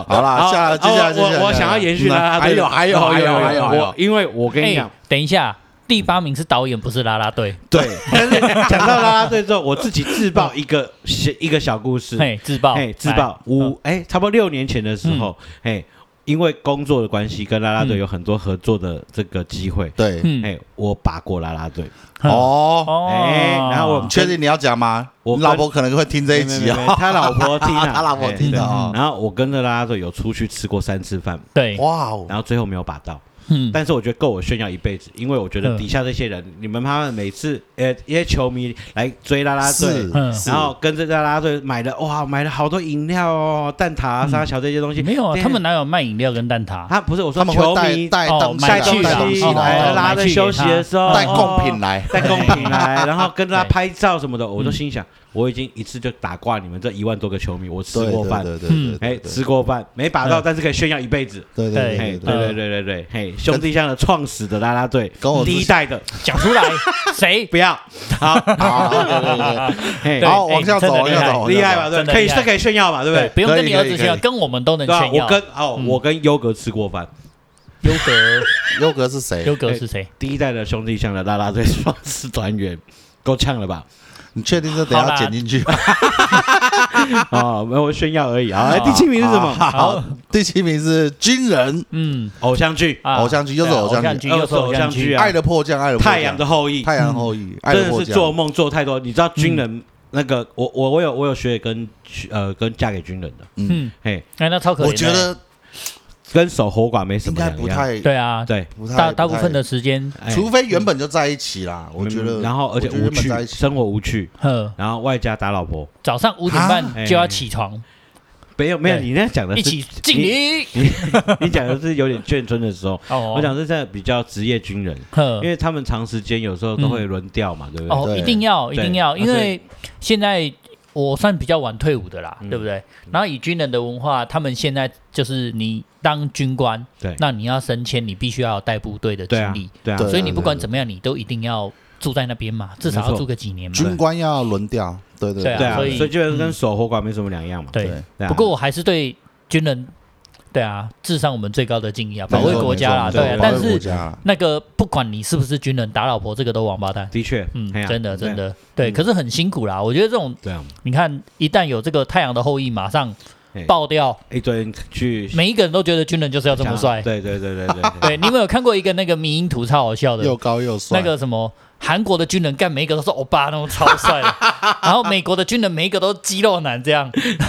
Speaker 2: 好啦，
Speaker 3: 好
Speaker 2: 啊下来接下来
Speaker 3: 哦
Speaker 2: 接下来，
Speaker 3: 我我想要延续啦啦
Speaker 2: 还
Speaker 3: 队的，
Speaker 2: 有还有
Speaker 3: 哦
Speaker 2: 还有还有还
Speaker 3: 我
Speaker 2: 有，
Speaker 3: 因为我跟你讲
Speaker 1: 哎，，等一下，第八名是导演，不是啦啦队。
Speaker 3: 对，但是讲到啦啦队之后，我自己自曝一个小一个小故事，
Speaker 1: 嘿，自爆，
Speaker 3: 哎，自
Speaker 1: 来
Speaker 3: 曝五哎，差不多六年前的时候，哎，因为工作的关系，跟啦啦队
Speaker 1: 嗯
Speaker 3: 有很多合作的这个机会，
Speaker 2: 对，
Speaker 1: 嗯，
Speaker 3: 哎，我把过啦啦队，
Speaker 2: 哦，
Speaker 1: 哦
Speaker 3: 哎然后我
Speaker 2: 你确定你要讲吗？
Speaker 3: 我
Speaker 2: 你老婆可能会听这一集
Speaker 3: 没没没没 <laughs>
Speaker 2: 哦，
Speaker 3: 他老婆听啊，
Speaker 2: <laughs> 他老婆
Speaker 3: 哎
Speaker 2: 听的哦，
Speaker 3: 然后我跟着啦啦队有出去吃过三次饭，
Speaker 1: 对，
Speaker 2: 哇哦，
Speaker 3: 然后最后没有把到。
Speaker 1: 嗯，
Speaker 3: 但是我觉得够我炫耀一辈子，因为我觉得
Speaker 1: 嗯
Speaker 3: 底下这些人，你们他们每次呃一些球迷来追啦啦队
Speaker 2: 是，
Speaker 1: 嗯，
Speaker 2: 是
Speaker 3: 然后跟着啦啦队买了哇，买了好多饮料哦，蛋挞、啊、
Speaker 1: 嗯
Speaker 3: 沙小这些东西。
Speaker 1: 没有啊，
Speaker 3: 对
Speaker 1: 他们哪有卖饮料跟蛋挞？
Speaker 3: 他不是我说
Speaker 2: 他们会
Speaker 3: 球
Speaker 2: 带
Speaker 3: 迷
Speaker 2: 带
Speaker 1: 哦
Speaker 2: 东西
Speaker 1: 带
Speaker 2: 来
Speaker 1: 去
Speaker 3: 带东
Speaker 2: 带东
Speaker 3: 西
Speaker 2: 西来
Speaker 3: 来，
Speaker 1: 哦
Speaker 3: 啦啦队休息的时候
Speaker 2: 带贡品
Speaker 3: 来，
Speaker 2: 来，
Speaker 3: 带贡品来，然后跟着他
Speaker 1: 对
Speaker 3: 拍照什么的，我都心想，我已经一次就打挂你们这一万多个球迷，我吃
Speaker 2: 对
Speaker 3: 过
Speaker 2: 对
Speaker 3: 饭，
Speaker 2: 对对
Speaker 1: 嗯
Speaker 2: 对，
Speaker 3: 哎，
Speaker 2: 对
Speaker 3: 吃过饭没把到，
Speaker 1: 嗯
Speaker 3: 但是可以炫耀一辈子。
Speaker 2: 对对
Speaker 3: 嘿，
Speaker 2: 对
Speaker 3: 对
Speaker 2: 对，
Speaker 3: 对对对对，嘿，兄弟像的创始的啦啦队，
Speaker 2: 跟我
Speaker 3: 第一
Speaker 2: 之
Speaker 3: 代的
Speaker 1: 讲出来，谁？
Speaker 3: 不要，好，
Speaker 2: 好，对对对
Speaker 3: 嘿
Speaker 2: 对，
Speaker 1: 对
Speaker 2: 好，
Speaker 1: 哎
Speaker 2: 往下走，
Speaker 1: 真的
Speaker 2: 往下走，往下走
Speaker 3: 厉害吧？对
Speaker 1: 真
Speaker 3: 不
Speaker 1: 的
Speaker 3: 对，可以
Speaker 1: 厉害
Speaker 3: 这可以炫耀吧？对不
Speaker 1: 对，
Speaker 3: 对？
Speaker 1: 不用
Speaker 2: 可以
Speaker 1: 跟你儿
Speaker 2: 可
Speaker 1: 子
Speaker 2: 以
Speaker 1: 炫耀，
Speaker 2: 可以
Speaker 1: 跟我们都能
Speaker 3: 对啊，
Speaker 1: 炫耀。
Speaker 3: 我跟哦，
Speaker 1: 嗯
Speaker 3: 我跟优格吃过饭，
Speaker 1: 优格， <laughs>
Speaker 2: 优格是谁？
Speaker 1: 优格是谁？
Speaker 3: 第一代的兄弟象的啦啦队双狮团员， <laughs> 够呛
Speaker 2: <laughs>
Speaker 3: 了吧？
Speaker 2: 你确定这等一
Speaker 1: 好
Speaker 2: 下
Speaker 1: 啦
Speaker 2: 剪进去吗？
Speaker 3: 哦，没有我炫耀而已
Speaker 1: 好
Speaker 3: 啊。哎第七名是什
Speaker 2: 好
Speaker 3: 么？
Speaker 2: 好，第七名是军人
Speaker 1: 嗯，
Speaker 3: 偶像剧
Speaker 1: 啊
Speaker 2: 偶像剧，又是
Speaker 1: 对啊
Speaker 2: 偶
Speaker 1: 偶
Speaker 2: 像
Speaker 1: 像剧，
Speaker 2: 剧，
Speaker 1: 又是偶像
Speaker 3: 对
Speaker 1: 剧
Speaker 3: 啊
Speaker 2: 爱的迫降，爱的
Speaker 3: 《
Speaker 2: 迫降
Speaker 3: 太阳的后裔》，
Speaker 2: 太阳后裔，爱
Speaker 3: 真
Speaker 2: 的迫嗯
Speaker 3: 的是
Speaker 2: 降，
Speaker 3: 做梦做太多。你知道军人那个，我我我有我有学姐跟呃跟嫁给军人的，
Speaker 1: 嗯，
Speaker 3: 嘿，
Speaker 1: 哎，那超可怜的。
Speaker 2: 我觉得
Speaker 3: 跟守活寡没什
Speaker 2: 应
Speaker 3: 么
Speaker 2: 该
Speaker 3: 两
Speaker 2: 不
Speaker 3: 样。
Speaker 2: 太
Speaker 1: 对啊，
Speaker 3: 对，
Speaker 2: 不太
Speaker 1: 大大部分，的时间，
Speaker 2: 不
Speaker 3: 哎
Speaker 2: 太除非原本就在一起啦，我
Speaker 3: 嗯
Speaker 2: 觉得，
Speaker 3: 然后而且
Speaker 2: 我觉得
Speaker 3: 无
Speaker 2: 原本
Speaker 3: 趣
Speaker 2: 在，一起
Speaker 3: 生活无趣，
Speaker 1: 呵，
Speaker 3: 然后外加打老婆，
Speaker 1: 早上五点
Speaker 2: 啊
Speaker 1: 半就要起床，
Speaker 3: 没有没有，
Speaker 1: 对
Speaker 3: 你那讲
Speaker 2: <laughs>
Speaker 3: 的
Speaker 1: 一
Speaker 3: 是
Speaker 1: 起敬礼。
Speaker 3: 哎你讲的是有点眷村的时候，
Speaker 1: 哦
Speaker 3: 我讲是在比较职业军人，
Speaker 1: 呵
Speaker 3: 因为他们长时间有时候都会轮调嘛，对不
Speaker 1: 嗯
Speaker 3: 对？
Speaker 1: 哦，
Speaker 2: 对
Speaker 1: 一定要，一
Speaker 3: 对
Speaker 1: 定要，
Speaker 3: 啊
Speaker 1: 因
Speaker 3: 所以
Speaker 1: 为现在我算比较晚退伍的啦，
Speaker 3: 嗯
Speaker 1: 对不对？然后以军人的文化，他们现在就是你当军官，
Speaker 3: 对
Speaker 1: 那你要升迁，你必须要有带部队的
Speaker 3: 对
Speaker 1: 经
Speaker 3: 啊
Speaker 1: 历，，
Speaker 3: 对啊，
Speaker 2: 对啊
Speaker 1: 所以你不管怎么样，你都一定要住在那边嘛，至少
Speaker 3: 没
Speaker 1: 要
Speaker 3: 错
Speaker 1: 住个几年嘛。
Speaker 2: 军官要轮调，对对
Speaker 1: 对啊
Speaker 3: 对啊，
Speaker 1: 所
Speaker 3: 所
Speaker 1: 以
Speaker 3: 以基本上跟守火馆没什么两样嘛。
Speaker 1: 对，
Speaker 2: 对
Speaker 3: 对啊
Speaker 1: 不过我还是对军人，对啊，致上我们最高的敬意啊，保卫
Speaker 2: 没错
Speaker 1: 国家啦，
Speaker 2: 没
Speaker 1: 对
Speaker 2: 错
Speaker 1: 啊
Speaker 2: 没。错
Speaker 1: 但
Speaker 2: 保卫国
Speaker 1: 是
Speaker 2: 家啦
Speaker 1: 那个不管你是不是军人，打老婆这个都王八蛋。
Speaker 3: 的确，
Speaker 1: 嗯
Speaker 3: 哎呀，
Speaker 1: 真的真，
Speaker 3: 对啊
Speaker 1: 的，
Speaker 2: 嗯
Speaker 1: 对，可是很辛苦啦。我觉得这种
Speaker 3: 对啊，
Speaker 1: 你看，一旦有这个太阳的后裔，马上
Speaker 3: 哎
Speaker 1: 爆掉，
Speaker 3: 一堆人去
Speaker 1: 每一个人都觉得军人就是要这么
Speaker 2: 啊
Speaker 1: 帅。
Speaker 3: 对对对
Speaker 1: <laughs>
Speaker 3: 对对
Speaker 1: 对，你们有看过一个那个迷因图超好笑
Speaker 2: 又
Speaker 1: 的，
Speaker 2: 高又帅，
Speaker 1: 那个什么韩国的军人干每一个都是欧巴那种超帅
Speaker 2: <laughs>
Speaker 1: 的，然后美国的军人每一个都是肌肉男这样， <laughs>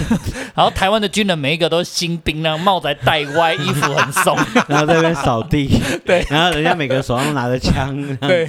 Speaker 1: 然后台湾的军人每一个都是新兵那样，帽子还戴歪，衣服很
Speaker 2: <laughs>
Speaker 1: 松，
Speaker 3: 然后在那边扫地，
Speaker 1: <laughs> 对，
Speaker 3: 然后人家每个手上拿着
Speaker 1: <laughs>
Speaker 3: 枪，
Speaker 1: 对，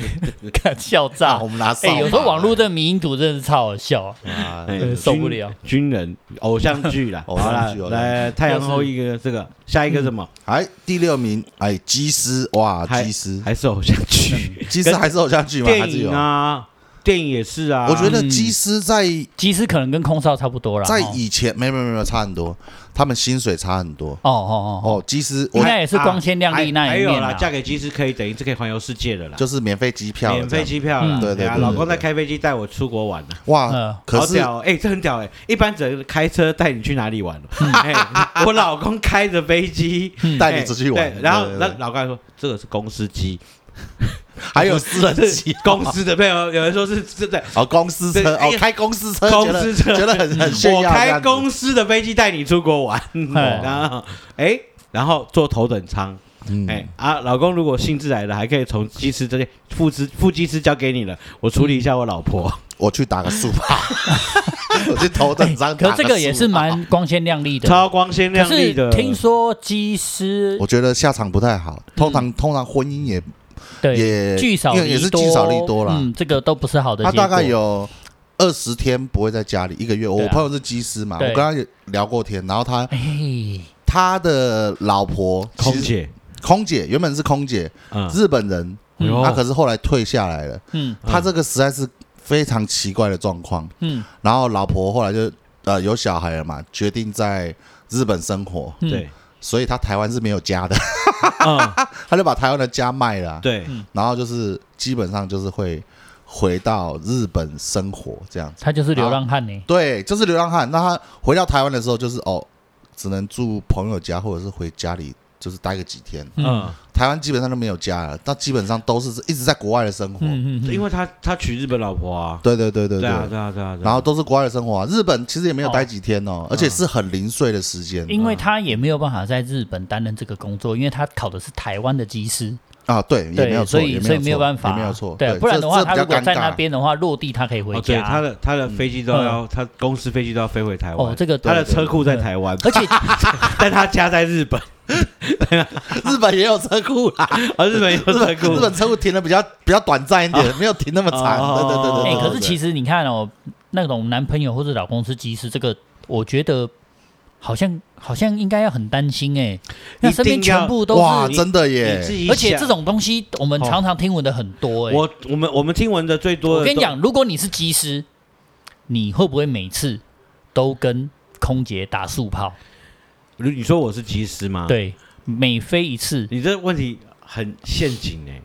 Speaker 1: 看笑
Speaker 2: 啊，
Speaker 1: 炸
Speaker 2: 我。们拿扫
Speaker 1: 哎、
Speaker 2: 把。
Speaker 1: 有时候网络的迷因图真的是超好笑、啊，
Speaker 2: 啊
Speaker 3: 哎
Speaker 1: 对受不了
Speaker 3: 军军人偶像剧
Speaker 2: <laughs>
Speaker 3: 啦，
Speaker 2: 偶像
Speaker 3: 好啦
Speaker 2: 剧偶像剧
Speaker 3: 来太阳后一个这个，下一个什么？
Speaker 2: 哎，第六名，哎，机师，哇，
Speaker 3: 还
Speaker 2: 机师，
Speaker 3: 还是偶像剧，
Speaker 2: 机师还是偶像剧吗？嗯还
Speaker 3: 电
Speaker 2: 是
Speaker 3: 影
Speaker 2: 有？
Speaker 3: 啊，电影也是啊。
Speaker 2: 我觉得
Speaker 1: 嗯
Speaker 2: 机师在
Speaker 1: 其实可能跟空少差不多啦。
Speaker 2: 在
Speaker 1: 哦
Speaker 2: 以前，没有没有没有差很多，他们薪水差很多。
Speaker 1: 哦哦哦，
Speaker 2: 哦，机师
Speaker 1: 应
Speaker 2: 我
Speaker 1: 该也是光鲜亮丽那
Speaker 3: 啊还
Speaker 1: 一
Speaker 3: 有
Speaker 1: 面啊
Speaker 3: 啦，
Speaker 1: 啦。
Speaker 3: 嫁给机师可以等于是可以环游世界的啦，
Speaker 2: 就是免费机票了这
Speaker 3: 免
Speaker 2: 样，
Speaker 3: 费机票啦。
Speaker 1: 嗯
Speaker 2: 对对
Speaker 3: 啊，
Speaker 2: 对对
Speaker 3: 老公在开飞机带我出国玩呢。
Speaker 1: 嗯
Speaker 2: 哇！可
Speaker 3: 好
Speaker 2: 是
Speaker 3: 屌哦！哎、这很屌哎、一般只能开车带你去哪里玩哦、
Speaker 1: 嗯
Speaker 3: 哎、我老公开着飞机
Speaker 2: 嗯带你出去玩
Speaker 3: 哎对然后
Speaker 2: 对对
Speaker 3: 那
Speaker 2: 对
Speaker 3: 老公还说这个是公司机，
Speaker 2: <laughs> 还有私人机，
Speaker 3: 公司的朋友有人说是是的，
Speaker 2: <laughs> 哦，公司车
Speaker 3: 对哎
Speaker 2: 哦
Speaker 3: 呀，
Speaker 2: 开公司车，
Speaker 3: 公
Speaker 2: 觉得
Speaker 3: 司车嗯
Speaker 2: 觉得很很炫
Speaker 3: 我
Speaker 2: 耀。这
Speaker 3: 开
Speaker 2: 样子
Speaker 3: 公司的飞机带你出国玩，
Speaker 1: 哎
Speaker 3: 然后哎、然后坐头等舱，
Speaker 2: 嗯
Speaker 3: 哎、啊，老公如果兴致来了，还可以从机师这里副机副机师交给你了，我处理一下我老婆，
Speaker 2: 我去打个速吧， <laughs> 我去
Speaker 3: 哎
Speaker 2: 头等舱打
Speaker 1: 可是
Speaker 2: 速吧。
Speaker 1: 这个也是蛮光鲜亮丽的。
Speaker 3: <laughs> 超光鲜
Speaker 1: 嗯可
Speaker 3: 亮丽
Speaker 1: 是
Speaker 3: 的。
Speaker 1: 听说机师
Speaker 2: 我觉得下场不太好。
Speaker 1: 嗯
Speaker 2: 通常通常婚姻也
Speaker 1: 对
Speaker 2: 也
Speaker 1: 聚少
Speaker 2: 因为也
Speaker 1: 离
Speaker 2: 是
Speaker 1: 多，
Speaker 2: 聚少离多啦
Speaker 1: 嗯，这个都不是好的
Speaker 2: 他
Speaker 1: 结果。
Speaker 2: 大概有二十天不会在家里，一个月。
Speaker 1: 对
Speaker 2: 我
Speaker 1: 啊
Speaker 2: 朋友是机师嘛，我
Speaker 1: 对
Speaker 2: 跟他有聊过天，然后他
Speaker 1: 哎，
Speaker 2: 他的老婆
Speaker 3: 空，
Speaker 2: 其实
Speaker 3: 姐，
Speaker 2: 空姐原本是空姐，
Speaker 3: 嗯，
Speaker 2: 日本人，
Speaker 1: 嗯
Speaker 3: 哎呦
Speaker 2: 他可是后来退下来了。
Speaker 1: 嗯
Speaker 3: 嗯
Speaker 2: 他这个实在是非常奇怪的状况。
Speaker 1: 嗯
Speaker 2: 然后老婆后来就呃有小孩了嘛，决定在日本生活，
Speaker 1: 嗯
Speaker 3: 对，
Speaker 2: 所以他台湾是没有家的，
Speaker 3: 嗯，
Speaker 1: 啊
Speaker 2: <laughs> 他就把台湾的家卖了啊、
Speaker 3: 对。
Speaker 2: 然后就是基本上就是会回到日本生活这样子。
Speaker 1: 他就是流浪汉呢。
Speaker 2: 对，就是流浪汉。那他回到台湾的时候，就是哦，只能住朋友家，或者是回家里，就是待个几天。
Speaker 1: 嗯
Speaker 3: 嗯，
Speaker 2: 台湾基本上都没有家了，他基本上都是一直在国外的生活。
Speaker 1: 嗯嗯，
Speaker 3: 因为他他娶日本老婆啊，
Speaker 2: 对对对对对。
Speaker 3: 啊对啊对啊，对啊
Speaker 2: 然后都是国外的生活啊，日本其实也没有
Speaker 1: 哦嗯
Speaker 2: 待几天哦，而且是很零碎的时间
Speaker 1: 因为他也没有办法在日本担任这个工作，因为他考的是台湾的机师，
Speaker 2: 啊，对，也没有
Speaker 1: 对，
Speaker 2: 错，
Speaker 1: 所
Speaker 2: 也
Speaker 1: 以所以
Speaker 2: 没
Speaker 1: 有
Speaker 2: 错
Speaker 1: 办法，
Speaker 2: 也没有错，
Speaker 1: 对，
Speaker 2: 对，
Speaker 1: 不然的话，
Speaker 2: 这这
Speaker 1: 他
Speaker 2: 比
Speaker 1: 如
Speaker 2: 较
Speaker 1: 果
Speaker 2: 尴
Speaker 1: 在那
Speaker 2: 尬。
Speaker 1: 边的话，落地他可以回
Speaker 3: 哦对，
Speaker 1: 家。嗯
Speaker 3: 他的他的飞机都要他公司飞机都要飞回台湾
Speaker 1: 哦，这个
Speaker 3: 他的车库在台湾，
Speaker 1: 而且
Speaker 3: <laughs> 但他家
Speaker 1: <laughs>
Speaker 3: 在日本，
Speaker 2: 日本也有车库啦，
Speaker 3: 啊日本有
Speaker 2: 日本
Speaker 3: 车库
Speaker 2: 日，本车库停的比较比较短暂一点，没有停那么长。
Speaker 3: 哦
Speaker 2: 对对对
Speaker 1: 哎、
Speaker 2: 对对。
Speaker 1: 可是其
Speaker 2: 实
Speaker 1: 实你看哦，那种男朋友或者老公是机师，这个我觉得好像好像应该要很担心哎、那身边
Speaker 3: 一定要
Speaker 1: 全部都
Speaker 2: 哇，
Speaker 1: 是，
Speaker 2: 真的
Speaker 3: 你
Speaker 2: 耶
Speaker 3: 自！己想
Speaker 1: 而且这种东西我们
Speaker 3: 哦
Speaker 1: 常常听闻的很多哎、
Speaker 3: 我我们我们听闻的最多
Speaker 1: 我
Speaker 3: 的都，
Speaker 1: 跟你讲，如果你是机师，你会不会每次都跟空姐打速炮？
Speaker 3: 如，你说我是机师吗？，
Speaker 1: 对，每飞一次，
Speaker 3: 啊你这问题很陷阱哎，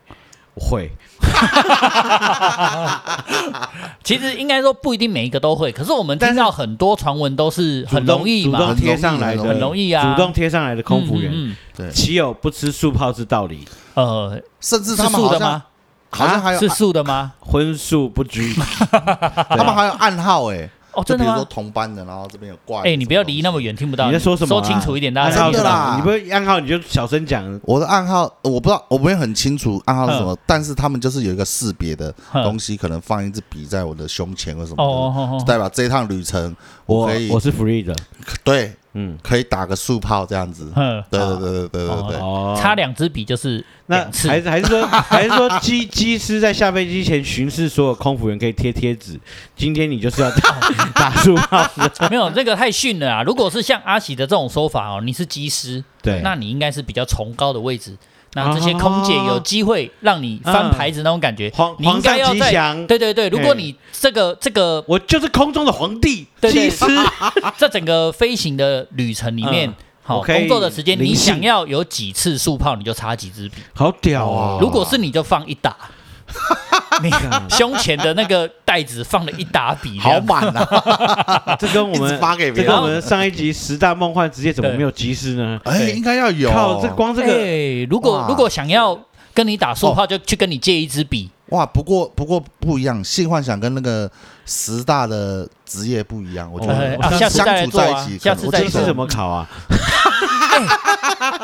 Speaker 3: 会
Speaker 1: 其实应该说不一定每一个都会，可是我们
Speaker 3: 但
Speaker 1: 听
Speaker 3: 是
Speaker 1: 到很多传闻都是很
Speaker 3: 主动
Speaker 1: 容易
Speaker 3: 主
Speaker 1: 嘛
Speaker 3: 动，贴上来
Speaker 2: 很容易
Speaker 3: 的，
Speaker 1: 很容易啊
Speaker 3: 主动贴上来的空服员，
Speaker 1: 嗯嗯
Speaker 2: 对，
Speaker 3: 岂有不吃素炮之道理？
Speaker 1: 嗯
Speaker 2: 甚至
Speaker 1: 呃，是
Speaker 2: 他们
Speaker 1: 素
Speaker 2: 好
Speaker 1: 的
Speaker 2: 像
Speaker 1: 吗？啊
Speaker 2: 好像还有
Speaker 1: 是素的吗？
Speaker 3: 荤素不拘，
Speaker 1: <laughs>
Speaker 2: 他们还有暗号哎，
Speaker 1: 哦，
Speaker 2: 就
Speaker 1: 真
Speaker 2: 比
Speaker 1: 的
Speaker 2: 如说
Speaker 1: 吗？
Speaker 2: 同班的，然后这边有挂。
Speaker 1: 哎、你不要离那么。远，听不到。
Speaker 3: 你在说什么啊？
Speaker 1: 说清楚一点，大
Speaker 3: 暗
Speaker 1: 家
Speaker 3: 号
Speaker 1: 才听
Speaker 2: 真的
Speaker 1: 得
Speaker 2: 啦
Speaker 1: 到。
Speaker 3: 是什么你不是暗号你就小声讲，
Speaker 2: 我的暗号我不知道，我没有很清楚暗号是什么，但是他们就是有一个识别的
Speaker 1: 哼
Speaker 2: 东西，可能放一支笔在我的胸前或什么的，
Speaker 1: 哦哦哦，
Speaker 2: 就代表这一趟旅程
Speaker 3: 我
Speaker 2: 可以
Speaker 3: 我是 free 的，
Speaker 2: 对
Speaker 3: 嗯，
Speaker 2: 可以打个速炮这样子。
Speaker 1: 嗯，
Speaker 2: 对对对对对对对，
Speaker 3: 哦
Speaker 1: 差两支笔就是
Speaker 3: 那
Speaker 1: 两次。
Speaker 3: 还是还是说 <laughs> 还是说机机师在下飞机前巡视所有空服员可以贴贴纸，今天你就是要打 <laughs> 打打树炮，
Speaker 1: <laughs> 没有这个太逊了啊！如果是像阿喜的这种说法哦，你是机师，
Speaker 3: 对啊
Speaker 1: 那你应该是比较崇高的位置。那这些空姐有机会让你翻牌子那种感觉，
Speaker 3: 啊皇
Speaker 1: 你应
Speaker 3: 皇上
Speaker 1: 该要
Speaker 3: 吉
Speaker 1: 在
Speaker 3: 祥，
Speaker 1: 对对对。如果你这个这个
Speaker 3: 我就是空中的皇帝，
Speaker 1: 对对啊
Speaker 3: 技师，啊
Speaker 1: 这整个飞行的旅程里面
Speaker 3: 嗯，
Speaker 1: 好
Speaker 3: 我可以
Speaker 1: 工作的时间，
Speaker 3: 灵
Speaker 1: 你想
Speaker 3: 性
Speaker 1: 要有几次速炮，你就插几支笔。
Speaker 3: 好屌啊！
Speaker 1: 如果是你就放一
Speaker 3: <laughs>
Speaker 1: 打，你
Speaker 3: 干
Speaker 1: 胸前的那个袋子放了一打笔，这
Speaker 2: 好
Speaker 1: 样
Speaker 2: 满啊！
Speaker 3: 这跟我
Speaker 2: 一直
Speaker 3: 们
Speaker 2: 发给别
Speaker 3: 这
Speaker 2: 人
Speaker 3: 跟我们上一集十大梦幻职业怎么
Speaker 1: 对
Speaker 3: 没有及时呢？
Speaker 2: 哎，
Speaker 1: 对
Speaker 2: 应该要有。
Speaker 3: 靠，这光这个哦
Speaker 1: 哎，如果
Speaker 2: 哇
Speaker 1: 如果想要跟你打速炮，就去跟你借一支笔。
Speaker 2: 哇，不过不过不一样，性幻想跟那个十大的职业不一样，我觉得
Speaker 3: 哎啊
Speaker 2: 相
Speaker 3: 下
Speaker 1: 次再来
Speaker 2: 相处在
Speaker 1: 做啊
Speaker 2: 一起可能，
Speaker 1: 下次
Speaker 2: 我
Speaker 1: 再来
Speaker 2: 觉
Speaker 3: 这
Speaker 2: 得
Speaker 1: 做
Speaker 3: 是怎么考啊？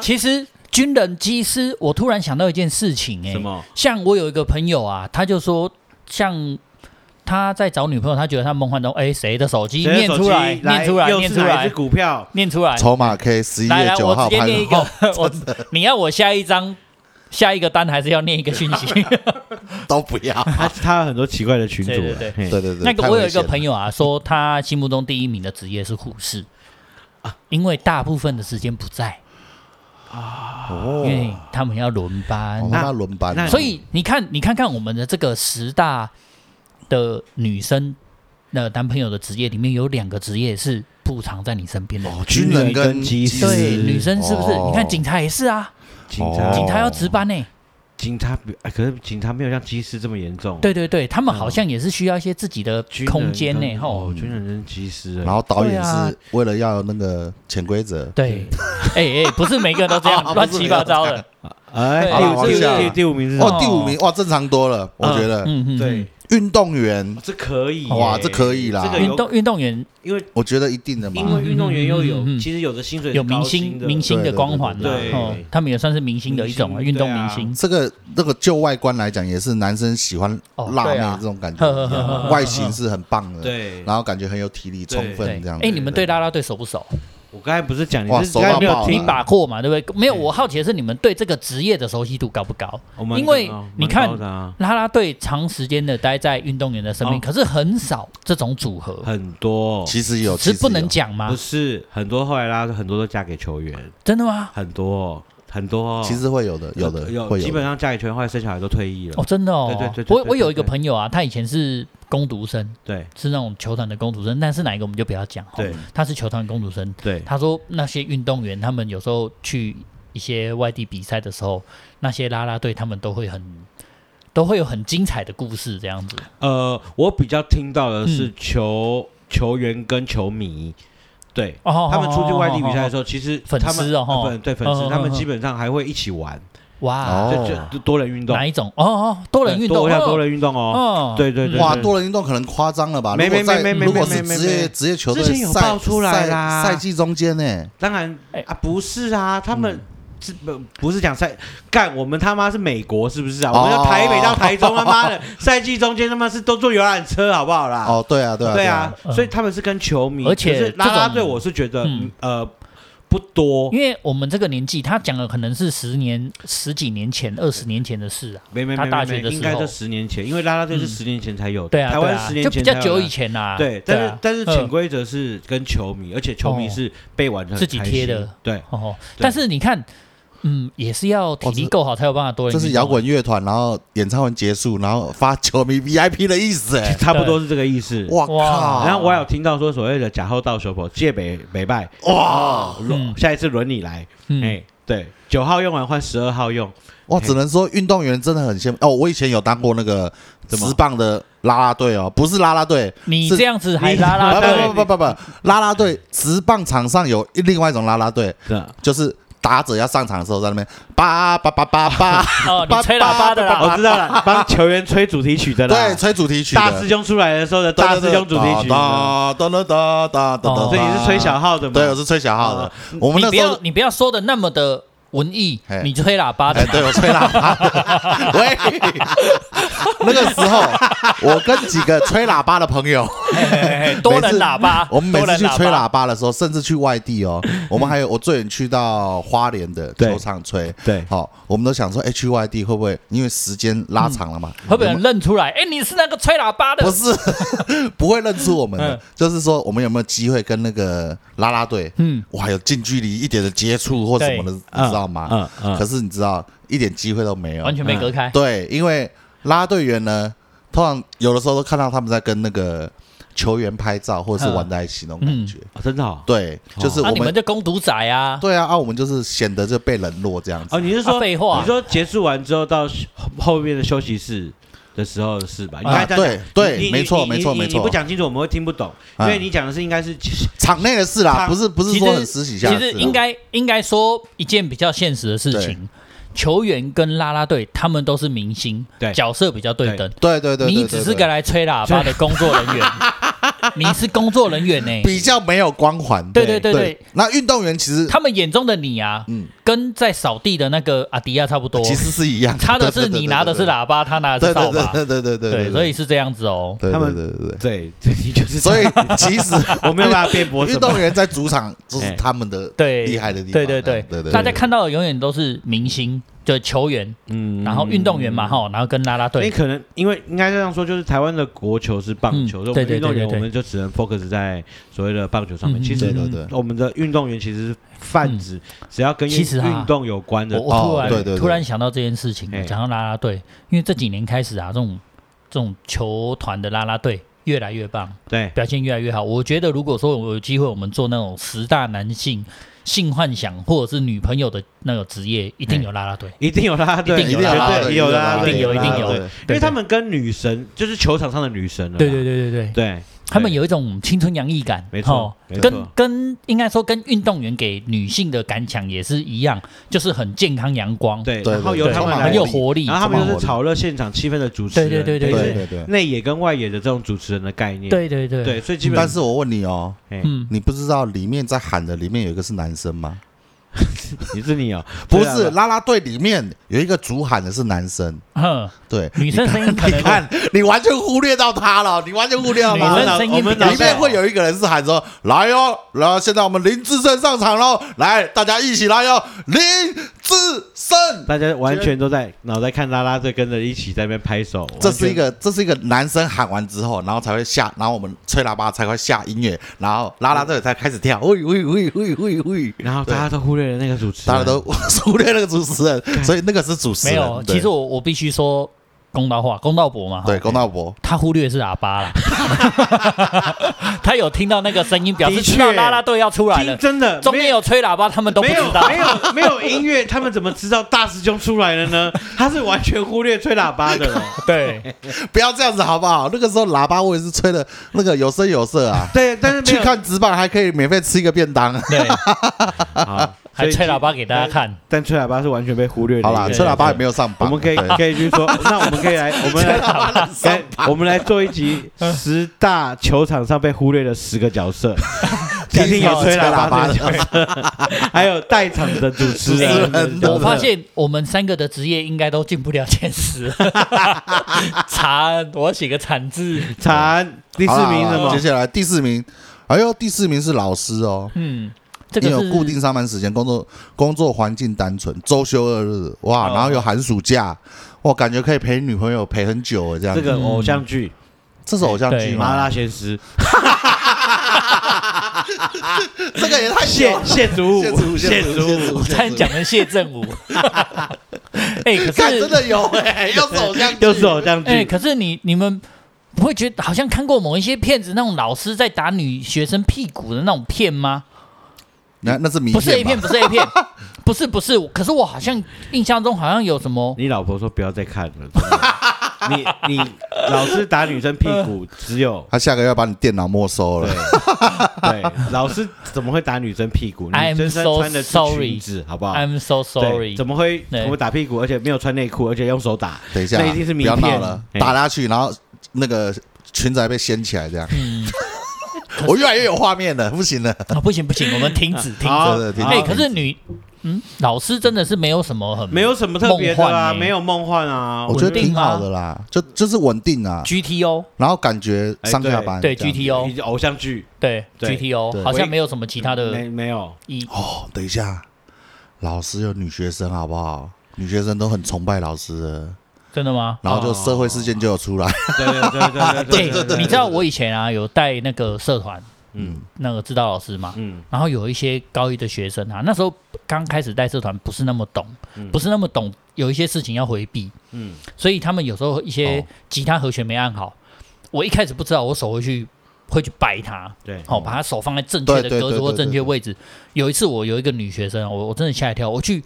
Speaker 1: 其实军人机师，我突然想到一件事情，哎
Speaker 3: 什，么？
Speaker 1: 像我有一个朋友啊，他就说，像他在找女朋友，他觉得他梦幻中，哎，谁的手机念出来，
Speaker 3: 谁
Speaker 1: 念
Speaker 3: 的手机
Speaker 1: 出来，
Speaker 3: 又
Speaker 1: 念
Speaker 3: 是
Speaker 1: 出
Speaker 3: 哪一
Speaker 1: 来
Speaker 3: 只，
Speaker 1: <laughs>
Speaker 3: 股票？
Speaker 1: 念出来。
Speaker 2: 筹码 K 十一
Speaker 1: 来
Speaker 2: 月
Speaker 1: 来，
Speaker 2: 九
Speaker 1: 我
Speaker 2: 号
Speaker 1: 直接
Speaker 2: 拍
Speaker 1: 念一
Speaker 2: 的
Speaker 1: 个， <laughs> 我你要我下一张。下一个单还是要念一个讯
Speaker 2: <laughs>
Speaker 1: 息，
Speaker 2: <laughs> 都不
Speaker 1: <laughs>
Speaker 2: 要。
Speaker 3: 他他有很多奇怪的群主，
Speaker 1: 啊
Speaker 3: 哎
Speaker 1: 对对对
Speaker 3: 嘿
Speaker 2: 对对对，
Speaker 1: 那个
Speaker 2: 太
Speaker 1: 我
Speaker 2: 危
Speaker 1: 有一个
Speaker 2: 险了
Speaker 1: 朋友啊，说他心目中第一名的职业是护士，
Speaker 2: 哦
Speaker 1: 因为大部分的时间不在，因为
Speaker 2: 哦，
Speaker 1: 他们要轮班
Speaker 2: 哦，
Speaker 3: 那
Speaker 2: 那轮班
Speaker 3: 那
Speaker 2: 哦，
Speaker 1: 所以你看，你看看我们的这个十大的女生的男朋友的职业里面，有两个职业是不常在你身边的。
Speaker 2: 哦军人跟
Speaker 3: 机师
Speaker 1: 对，女生是不是？
Speaker 2: 哦
Speaker 1: 你看警察也是啊，
Speaker 3: 警察
Speaker 1: 警
Speaker 2: 哦
Speaker 1: 察要值班呢、
Speaker 3: 警察比哎，可是警察没有像机师这么严重。
Speaker 1: 对对对，他们好像也是需要一些自己的
Speaker 3: 军人跟，
Speaker 1: 空间呢、吼嗯
Speaker 3: 哦，。军人跟机师，哎
Speaker 2: 然后导
Speaker 1: 对
Speaker 2: 演
Speaker 1: 啊
Speaker 2: 是为了要那个潜规则，
Speaker 1: 对， <laughs> 哎哎，不是每个人都这样乱七八糟的。
Speaker 3: 哎，
Speaker 1: 对
Speaker 3: 第
Speaker 2: 好
Speaker 3: 五第
Speaker 2: 好笑
Speaker 3: 五第第五名是什么？
Speaker 2: 哦，第五名哇，正常多了，我
Speaker 3: 嗯
Speaker 2: 觉得
Speaker 1: 啊嗯嗯，嗯
Speaker 3: 对，，哦
Speaker 2: 运动员
Speaker 3: 这可以耶
Speaker 2: 哇这可以啦
Speaker 3: 这个有
Speaker 1: 运动运动员
Speaker 3: 因为
Speaker 2: 我觉得一定的
Speaker 3: 因为
Speaker 2: 嘛，
Speaker 3: 运动员又有
Speaker 1: 嗯嗯嗯，嗯
Speaker 3: 其实有的薪水
Speaker 1: 有
Speaker 3: 是高
Speaker 1: 明
Speaker 3: 薪
Speaker 1: 星
Speaker 3: 的
Speaker 1: 明星的
Speaker 2: 对对
Speaker 1: 光环啦
Speaker 3: 对，对
Speaker 1: 哦
Speaker 3: 对，
Speaker 1: 他们也算是明星的一种啊，
Speaker 3: 明星
Speaker 1: 运动
Speaker 3: 对啊
Speaker 1: 明星。
Speaker 2: 这个那个就外观来讲，也是男生喜欢
Speaker 1: 哦
Speaker 2: 辣
Speaker 1: 对
Speaker 2: 妹
Speaker 1: 啊
Speaker 2: 这种感
Speaker 1: 呵呵呵呵呵
Speaker 2: 觉，外形是很棒的，
Speaker 3: 对。
Speaker 2: 然后感觉很有体力，
Speaker 3: 对
Speaker 2: 充分这样。
Speaker 1: 哎，你们对拉拉队熟不熟？
Speaker 3: 我刚才不是讲你
Speaker 2: 哇
Speaker 3: 是
Speaker 2: 手
Speaker 3: 刚才
Speaker 2: 到
Speaker 3: 没有
Speaker 2: 爆
Speaker 1: 你
Speaker 3: 听
Speaker 2: 了
Speaker 1: 把过嘛，对不对？没有，
Speaker 3: 对
Speaker 1: 我好奇的是你们对这个职业的熟悉度高不高？
Speaker 3: 我们
Speaker 1: 因为
Speaker 3: 刚刚
Speaker 1: 你看
Speaker 3: 蛮高的啊
Speaker 1: 拉拉队长时间的待在运动员的身边，
Speaker 3: 哦
Speaker 1: 可是很少这种组合，
Speaker 3: 很多，
Speaker 2: 其实有，
Speaker 1: 是
Speaker 2: 其实
Speaker 1: 不能
Speaker 2: 有
Speaker 1: 讲
Speaker 3: 不
Speaker 1: 吗？
Speaker 3: 是很多后来拉很多都嫁给球员，
Speaker 1: 真的吗？
Speaker 3: 很多很多，
Speaker 2: 其实会有的，有的
Speaker 3: 哦有
Speaker 2: 会
Speaker 3: 基
Speaker 2: 有
Speaker 3: 本
Speaker 2: 的。
Speaker 3: 上嫁给球员后来生小孩都退役
Speaker 1: 哦，
Speaker 3: 了，
Speaker 1: 真的哦。
Speaker 3: 对对对对
Speaker 1: 我我
Speaker 3: 对
Speaker 1: 有一个
Speaker 3: 对
Speaker 1: 朋友啊，他以前是攻读生，
Speaker 3: 对
Speaker 1: 是那种球团的攻读生，但是哪一个我们就不要讲。哦
Speaker 3: 对
Speaker 1: 他是球团攻读生，
Speaker 3: 对，
Speaker 1: 他说那些运动员，他们有时候去一些外地比赛的时候，那些啦啦队他们都会很都会有很精彩的故事这样子。
Speaker 3: 呃，我比较听到的是
Speaker 1: 嗯
Speaker 3: 球、球员跟球迷，对。
Speaker 1: 哦，
Speaker 3: 他们出去外地比赛的
Speaker 1: 时
Speaker 3: 时候，其实
Speaker 1: 哦粉
Speaker 3: 他们
Speaker 1: 丝哦吼
Speaker 3: 呃粉对粉
Speaker 1: 嗯嗯
Speaker 3: 丝，
Speaker 1: 嗯
Speaker 3: 他们
Speaker 1: 嗯
Speaker 3: 基本上还会一起玩，
Speaker 1: 候，哇，
Speaker 2: 哦
Speaker 3: 就就多人运动
Speaker 1: 哪，一种？哦哦，多人运动，
Speaker 3: 对多要
Speaker 1: 哦
Speaker 3: 多人运动哦，
Speaker 1: 哦，
Speaker 3: 对对对，
Speaker 2: 哇，
Speaker 3: 对
Speaker 2: 多人运动可能夸张了吧？
Speaker 3: 没
Speaker 2: 如果在
Speaker 3: 没
Speaker 1: 没
Speaker 2: 如果
Speaker 1: 没
Speaker 2: 是
Speaker 3: 没
Speaker 2: 职
Speaker 3: 没
Speaker 2: 业职业球队
Speaker 3: 之前有
Speaker 2: 赛
Speaker 3: 爆出来
Speaker 2: 赛
Speaker 3: 啦
Speaker 2: 赛季中间呢，
Speaker 3: 当然
Speaker 1: 哎嗯
Speaker 3: 啊，不是啊，他们这不不是讲赛干，我们他妈是美国是不是啊？
Speaker 2: 哦
Speaker 3: 我们要台北到台中，他妈的 <laughs> 赛季中间他妈是都坐游览车好不好啦？
Speaker 2: 哦，对啊，对啊，
Speaker 3: 对
Speaker 2: 啊
Speaker 3: 啊，，
Speaker 1: 嗯
Speaker 3: 所以他们是跟球迷，
Speaker 1: 而且
Speaker 3: 可是拉
Speaker 1: 这
Speaker 3: 拉
Speaker 1: 种
Speaker 3: 队我是觉得
Speaker 1: 嗯
Speaker 3: 呃不多，
Speaker 1: 因为我们这个年纪，他讲的可能是十年、十几年前、二十年前的事啊。
Speaker 3: 没没
Speaker 1: 他
Speaker 3: 没
Speaker 1: 大
Speaker 3: 没
Speaker 1: 学的
Speaker 3: 没，
Speaker 1: 时候
Speaker 3: 应该在十年前，因为拉拉队是
Speaker 1: 嗯
Speaker 3: 十年前才有的，
Speaker 1: 对啊，
Speaker 3: 台
Speaker 1: 对
Speaker 3: 湾
Speaker 1: 啊
Speaker 3: 十年
Speaker 1: 就
Speaker 3: 前
Speaker 1: 比较
Speaker 3: 才有
Speaker 1: 久
Speaker 3: 的
Speaker 1: 以前啦。
Speaker 3: 对，但是
Speaker 1: 啊
Speaker 3: 但是
Speaker 1: 嗯
Speaker 3: 潜规则是跟球迷，而且球迷
Speaker 1: 哦
Speaker 3: 是被玩的
Speaker 1: 自己贴的，
Speaker 3: 对，
Speaker 1: 哦，
Speaker 3: 对
Speaker 1: 但是你看，嗯，也是要体力够好才有办法多人
Speaker 2: 这
Speaker 1: 运动啊。
Speaker 2: 是摇滚乐团，然后演唱会结束，然后发球迷 VIP 的意思，哎，
Speaker 3: 差不多是这个意思。
Speaker 2: 哇
Speaker 1: 哇
Speaker 2: 靠！
Speaker 3: 然后我还有听到说所谓的假后到手婆借北北拜，
Speaker 2: 哇
Speaker 1: 嗯
Speaker 3: 下一次轮你来，
Speaker 1: 嗯，
Speaker 3: 哎，对，九号用完换十二号用，
Speaker 2: 哇，只能说运动员真的很羡慕哦。我以前有当过那个
Speaker 3: 怎么
Speaker 2: 直棒的啦啦队哦，不是啦啦队，
Speaker 1: 你
Speaker 2: 是
Speaker 1: 这样子还
Speaker 3: 你
Speaker 1: 拉拉队，
Speaker 3: <laughs>
Speaker 2: 不不不不不不，啦啦队直棒场上有另外一种啦啦队，
Speaker 3: 是啊
Speaker 2: 就是打者要上场的时候在那边叭叭叭叭
Speaker 3: <laughs>
Speaker 2: 叭，
Speaker 1: 哦，你吹喇叭的啦，
Speaker 3: 我知道了，帮球员吹主题曲的啦，
Speaker 2: 对，吹主题曲的，
Speaker 3: 大师兄出来的时候的大师兄主题曲，所
Speaker 2: 哒哒哒哒哒哒
Speaker 1: 哦
Speaker 2: 哒，
Speaker 3: 以你是吹小号的吗？哦
Speaker 2: 对，我是吹小号的。我们
Speaker 1: 你
Speaker 2: 那
Speaker 1: 不
Speaker 2: 时
Speaker 1: 要
Speaker 2: 候，
Speaker 1: 你不要说的那么的文艺
Speaker 2: 嘿，
Speaker 1: 你吹喇叭
Speaker 2: 哎，
Speaker 1: 的，
Speaker 3: <laughs>
Speaker 2: 对我吹喇叭的，喂，那个时候，我跟几个吹喇叭的朋友，
Speaker 3: 哎
Speaker 1: 嘿嘿嘿 <laughs> 多人喇叭，
Speaker 2: 我们每
Speaker 1: 多
Speaker 2: 次
Speaker 1: 人
Speaker 2: 去吹
Speaker 1: 叭，
Speaker 2: 喇叭的时候，甚至去外地哦，我们还有我最远去到花莲的
Speaker 3: 对
Speaker 2: 球场吹，
Speaker 3: 对
Speaker 2: 好、我们都想说，哎，去外地会不会因为时间拉长了嘛？
Speaker 1: 嗯会 <laughs> 不会有人认出来？哎，你是那个吹喇叭的
Speaker 2: 不？是， <laughs> 不会认出我们的
Speaker 1: 嗯，
Speaker 2: 就是说我们有没有机会跟那个啦啦队，
Speaker 1: 嗯
Speaker 2: 嗯，哇，有近距离一点的接触或什么的，
Speaker 1: 对
Speaker 2: 你知道吗？
Speaker 3: 嗯嗯，
Speaker 2: 可是你知道，一点机会都没有，
Speaker 1: 完全被隔开。
Speaker 2: 对，因为啦队员呢，通常有的时候都看到他们在跟那个球员拍照，或者是玩在一起那种
Speaker 1: 嗯
Speaker 2: 感觉。
Speaker 3: 哦真的哦
Speaker 2: 对，就是
Speaker 1: 那
Speaker 2: 我
Speaker 1: 啊你们
Speaker 2: 们，
Speaker 1: 就攻读仔啊？
Speaker 2: 对啊，啊，我们就是显得就被冷落这样子
Speaker 3: 哦，。你是说
Speaker 1: 啊废话
Speaker 3: 你说结束完之后到休后面的休息室的时候是吧？你刚才这样
Speaker 2: 对
Speaker 3: 讲
Speaker 2: 对
Speaker 3: 你你
Speaker 2: 没错
Speaker 3: 你
Speaker 2: 没错
Speaker 3: 你
Speaker 2: 没错
Speaker 3: 你不讲清楚我们会听不懂，因
Speaker 2: 嗯
Speaker 3: 为你讲的是应该是
Speaker 2: 场内的事啦，
Speaker 3: 场
Speaker 2: 不是不是
Speaker 1: 其
Speaker 2: 说
Speaker 1: 实
Speaker 2: 很私底下的
Speaker 1: 其
Speaker 2: 事哦
Speaker 1: 实
Speaker 2: 啦。
Speaker 1: 应该应该说一件比较现实的事情，球员跟啦啦队他们都是明星，
Speaker 3: 对
Speaker 1: 角色比较对等。
Speaker 2: 对对对，对
Speaker 1: 你
Speaker 2: 对
Speaker 1: 只
Speaker 2: 对
Speaker 1: 是个来吹喇叭的工作人员，你是工作人员呢、
Speaker 2: 比较没有光环。
Speaker 1: 对对对对，
Speaker 2: 那运动员其实
Speaker 1: 他们眼中的你啊，
Speaker 2: 嗯
Speaker 1: 跟在扫地的那个阿迪亚差不多，
Speaker 2: 其实是一样，
Speaker 1: 差的是你拿的是
Speaker 2: 哪？
Speaker 1: 喇叭，他拿的
Speaker 2: 对
Speaker 1: 是
Speaker 2: 对
Speaker 1: 扫
Speaker 2: 对
Speaker 1: 把，
Speaker 2: 对对对对对
Speaker 1: 对，
Speaker 2: 对，
Speaker 1: 所以是这样子哦。
Speaker 2: 对
Speaker 3: 他
Speaker 2: 对
Speaker 3: 们
Speaker 2: 对对对。
Speaker 3: <laughs> 对，对你就是
Speaker 2: 所以其实
Speaker 3: <laughs> 我没有办法辩驳什
Speaker 2: 运
Speaker 3: 么
Speaker 2: 动。员在主场就是
Speaker 3: 哎
Speaker 2: 他们的
Speaker 1: 对，
Speaker 2: 厉害的地方。
Speaker 1: 对对
Speaker 2: 对
Speaker 1: 对
Speaker 2: 哎对对，
Speaker 1: 大家看到的永远都是明星，就球员，
Speaker 3: 嗯
Speaker 1: 然后运动员嘛，哈，然后跟啦啦
Speaker 2: 哎
Speaker 3: 你
Speaker 1: 队，
Speaker 3: 可能因为应该这样说，就是台湾的国球是棒球，
Speaker 1: 嗯
Speaker 3: 所以我
Speaker 1: 对
Speaker 3: 们
Speaker 1: 对
Speaker 3: 运动
Speaker 1: 对
Speaker 3: 员
Speaker 1: 对
Speaker 3: 我们就只能 focus 在所谓的棒球上面。
Speaker 1: 嗯
Speaker 3: 其
Speaker 2: 对
Speaker 3: 实
Speaker 2: 对对，
Speaker 3: 我们的运动员其实泛指只要跟运
Speaker 1: 其实啊
Speaker 3: 运动有关的
Speaker 1: 我，我突
Speaker 2: 哦对对
Speaker 1: 然
Speaker 2: 对
Speaker 1: 突然想到这件事情
Speaker 3: 哎，
Speaker 1: 讲到啦啦队，因为这几年开始啊，这种这种球团的啦啦队越来越棒，
Speaker 3: 对
Speaker 1: 表现越来越好。我觉得如果说我有机会，我们做那种十大男性性幻想或者是女朋友的那个职业，一
Speaker 2: 哎
Speaker 1: 定有啦啦队。
Speaker 3: 一定有啦啦队，
Speaker 1: 一定有
Speaker 3: 绝对
Speaker 1: 啦啦队
Speaker 3: 有啦
Speaker 2: 啦
Speaker 3: 啦
Speaker 2: 啦
Speaker 3: 队，
Speaker 1: 一
Speaker 2: 队
Speaker 1: 定有一定有
Speaker 3: 啦啦队
Speaker 2: 对
Speaker 3: 因为他们跟女神就是球场上的女神了啦。
Speaker 1: 对啊对对对对，
Speaker 3: 对，
Speaker 1: 他们有一种青春洋溢感，
Speaker 3: 没错
Speaker 1: 吼
Speaker 3: 没错
Speaker 1: 跟跟应该说跟运动员给女性的感想也是一样，就是很健康阳光，
Speaker 3: 对，
Speaker 2: 对
Speaker 3: 然后
Speaker 2: 对
Speaker 3: 由
Speaker 1: 对，
Speaker 3: 他们
Speaker 2: 充满
Speaker 1: 很
Speaker 3: 来
Speaker 1: 有活力哦
Speaker 3: 然，后他
Speaker 2: 充
Speaker 3: 们
Speaker 2: 满
Speaker 3: 就
Speaker 2: 活
Speaker 3: 是
Speaker 2: 力
Speaker 3: 炒热现场气氛的主持人，
Speaker 1: 对对对
Speaker 3: 等于
Speaker 2: 对
Speaker 3: 是
Speaker 2: 对对。
Speaker 3: 内野跟外野的这种主持人的概念，
Speaker 1: 对对对，
Speaker 3: 对，所以基本
Speaker 2: 但是我问你哦，
Speaker 3: 哎
Speaker 1: 嗯，
Speaker 2: 你不知道里面在喊的里面有一个是男生吗？
Speaker 3: 你是你哦，
Speaker 2: <laughs> 不
Speaker 3: 对啊
Speaker 2: 是，啦啦队里面有一个主喊的是男生，
Speaker 1: 哼，
Speaker 2: 对，
Speaker 1: 女生声音可
Speaker 2: <laughs> 你
Speaker 1: 能
Speaker 2: 看，你完全忽略到他了，你完全忽略到
Speaker 1: 女
Speaker 2: 他
Speaker 3: 啊我们啊
Speaker 1: 生声
Speaker 2: 了。
Speaker 3: 脑我
Speaker 1: 音
Speaker 3: 们
Speaker 1: 比
Speaker 3: 脑
Speaker 1: 较
Speaker 2: 里面会有一个人是喊说：“来哟，然后现在我们林志胜上场喽，来，大家一起来哟，林志胜。
Speaker 3: 大家完全都在脑袋看啦啦队，跟着一起在那边拍手”，啊
Speaker 2: 这是一
Speaker 3: 完
Speaker 2: 个，这是一个男生喊完之后，然后才会下，然后我们吹喇叭才会下音乐，然后拉拉队才开始跳，喂喂喂喂喂喂，
Speaker 3: 全，然后大家都忽略了那个主持人，
Speaker 2: 大家都忽略那个主持人，所以那个是主持
Speaker 1: 没
Speaker 2: 人。
Speaker 1: 有。
Speaker 2: 对
Speaker 1: 其实我啊我必须说公道话，公道博嘛，
Speaker 2: 对
Speaker 1: 哈，
Speaker 2: 龚道博，
Speaker 1: 他忽略的是喇叭啦， <laughs> 他有听到那个声音，表示
Speaker 3: 的确
Speaker 1: 知道啦啦队要出来
Speaker 3: 听
Speaker 1: 了。
Speaker 3: 真的
Speaker 1: 中间有吹喇叭，他们都不
Speaker 3: 没
Speaker 1: 知
Speaker 3: 有
Speaker 1: 道。
Speaker 3: 没有没有音乐，他们怎么知道大师兄出来了
Speaker 1: <laughs>
Speaker 3: 呢？他是完全忽略吹喇叭的
Speaker 2: <laughs>
Speaker 3: 了。
Speaker 1: 对，
Speaker 2: 不要这样子好不好？那个时候喇叭我也是吹的，那个有声有色啊。
Speaker 3: 对，但是没
Speaker 2: 去
Speaker 3: 有
Speaker 2: 看直棒还可以免费吃一个便当。
Speaker 1: 对，
Speaker 3: 好，
Speaker 1: 还吹喇
Speaker 3: 叭，
Speaker 1: 叭给大家看。
Speaker 3: 但吹喇叭是完全被忽略的。
Speaker 2: 好啦，
Speaker 1: 对
Speaker 2: 吹喇叭也没有上
Speaker 3: 我
Speaker 2: 榜。
Speaker 3: 们可以
Speaker 2: 对
Speaker 3: 可以去说，那我们可以来，我们来。来，我们来做一集十大球场上被忽略的十个角色，一定有吹喇叭的角色，还有带场的主持人
Speaker 2: 主持人。
Speaker 1: 我发现我们三个的职业应该都进不了前十。 <laughs> 惨，我要写个惨字。
Speaker 3: 蝉第四
Speaker 2: 好啦
Speaker 3: 名
Speaker 2: 好
Speaker 3: 什
Speaker 2: 啦
Speaker 3: 么
Speaker 2: 接？下来第四名，哎呦，第四名是老师哦。
Speaker 1: 嗯，这
Speaker 2: 因
Speaker 1: 个
Speaker 2: 为
Speaker 1: 是
Speaker 2: 有固定上班时间，工作工作环境单纯，周休二日，哇，
Speaker 1: 哦
Speaker 2: 然后有寒暑假，哇，感觉可以陪女朋友陪很久了这样
Speaker 3: 这
Speaker 2: 子。
Speaker 3: 个偶像剧
Speaker 2: 这是偶像剧
Speaker 1: 对
Speaker 3: 《麻
Speaker 2: 吗
Speaker 3: 辣？鲜师》
Speaker 2: 这个也太
Speaker 3: 谢
Speaker 2: 小了
Speaker 3: 谢祖武，谢
Speaker 2: 哎谢
Speaker 3: 祖武，
Speaker 1: 我差点讲成谢振武。哎、可
Speaker 2: 看真
Speaker 1: 是
Speaker 2: 的有哎，又是偶像剧，
Speaker 3: 又是偶像
Speaker 1: 哎、
Speaker 3: 剧。
Speaker 1: 可是你你们不会觉得好像看过某一些片子，那种老师在打女学生屁股的那种片吗？
Speaker 2: 那那是迷
Speaker 1: 不是 A
Speaker 2: 吧
Speaker 1: 片，不是 A 片， <laughs> 不是不是。可是我好像印象中好像有什么。
Speaker 3: 你老婆说不要再看了。真的你你老是打女生屁股，只有
Speaker 2: 他下个月要把你电脑没收了
Speaker 3: 对。
Speaker 1: <laughs>
Speaker 3: 对，老师怎么会打女生屁股？女
Speaker 1: I'm
Speaker 3: 生身
Speaker 1: so
Speaker 3: 穿的是
Speaker 1: sorry
Speaker 3: 裙子，好不好？
Speaker 1: I'm so
Speaker 3: 对
Speaker 1: sorry。
Speaker 3: 怎么会
Speaker 1: 对
Speaker 3: 怎么打屁股，而且没有穿内裤，而且用手打？
Speaker 2: 等一下，啊
Speaker 3: 那一定是
Speaker 2: 不
Speaker 3: 名
Speaker 2: 要闹
Speaker 3: 片
Speaker 2: 了，
Speaker 3: 哎
Speaker 2: 打下去，然后那个裙子还被掀起来，这样。 <laughs>
Speaker 1: 嗯，
Speaker 2: 我越来越有画面了，不行了。
Speaker 1: 啊，不行不行，我们停止停止。
Speaker 3: 好
Speaker 2: 对对停
Speaker 3: 好
Speaker 1: 哎、可是女嗯，老师真的是没有什么很
Speaker 3: 没有什么特别的
Speaker 1: 梦
Speaker 3: 啦、
Speaker 1: 幻欸
Speaker 3: 没有梦幻啊。
Speaker 2: 我觉得
Speaker 1: 稳定
Speaker 2: 挺好
Speaker 1: 吗
Speaker 2: 的啦，就就是稳定啊，
Speaker 1: GTO
Speaker 2: 然后感觉
Speaker 3: 哎
Speaker 2: 上
Speaker 3: 对
Speaker 2: 下班
Speaker 1: 对
Speaker 2: 这样
Speaker 1: GTO
Speaker 3: 偶像剧
Speaker 1: 对
Speaker 3: 对
Speaker 1: GTO
Speaker 2: 对
Speaker 1: 好像没有什么其他的
Speaker 3: 没没有，
Speaker 1: 意
Speaker 2: 哦，等一下，老师有女学生好不好？女学生都很崇拜老师的，
Speaker 1: 真的吗？
Speaker 2: 然后就社会事件就有出来。
Speaker 3: 对对对对对对对，
Speaker 1: 你知道我以前啊有带那个社团
Speaker 3: 嗯
Speaker 1: 那个指导老师嘛，
Speaker 3: 嗯
Speaker 1: 然后有一些高一的学生啊，那时候刚开始带社团不是那么懂，不是那么懂，有一些事情要回避，
Speaker 3: 嗯
Speaker 1: 所以他们有时候一些
Speaker 2: 哦
Speaker 1: 吉他和弦没按好，我一开始不知道，我手会去会去掰它，
Speaker 3: 对，
Speaker 1: 好、哦把他手放在正确的
Speaker 2: 嗯对对
Speaker 1: 格子
Speaker 2: 对
Speaker 1: 或
Speaker 2: 对
Speaker 1: 正确
Speaker 2: 对
Speaker 1: 位置。有一次我有一个女学生，我我真的吓一跳，我去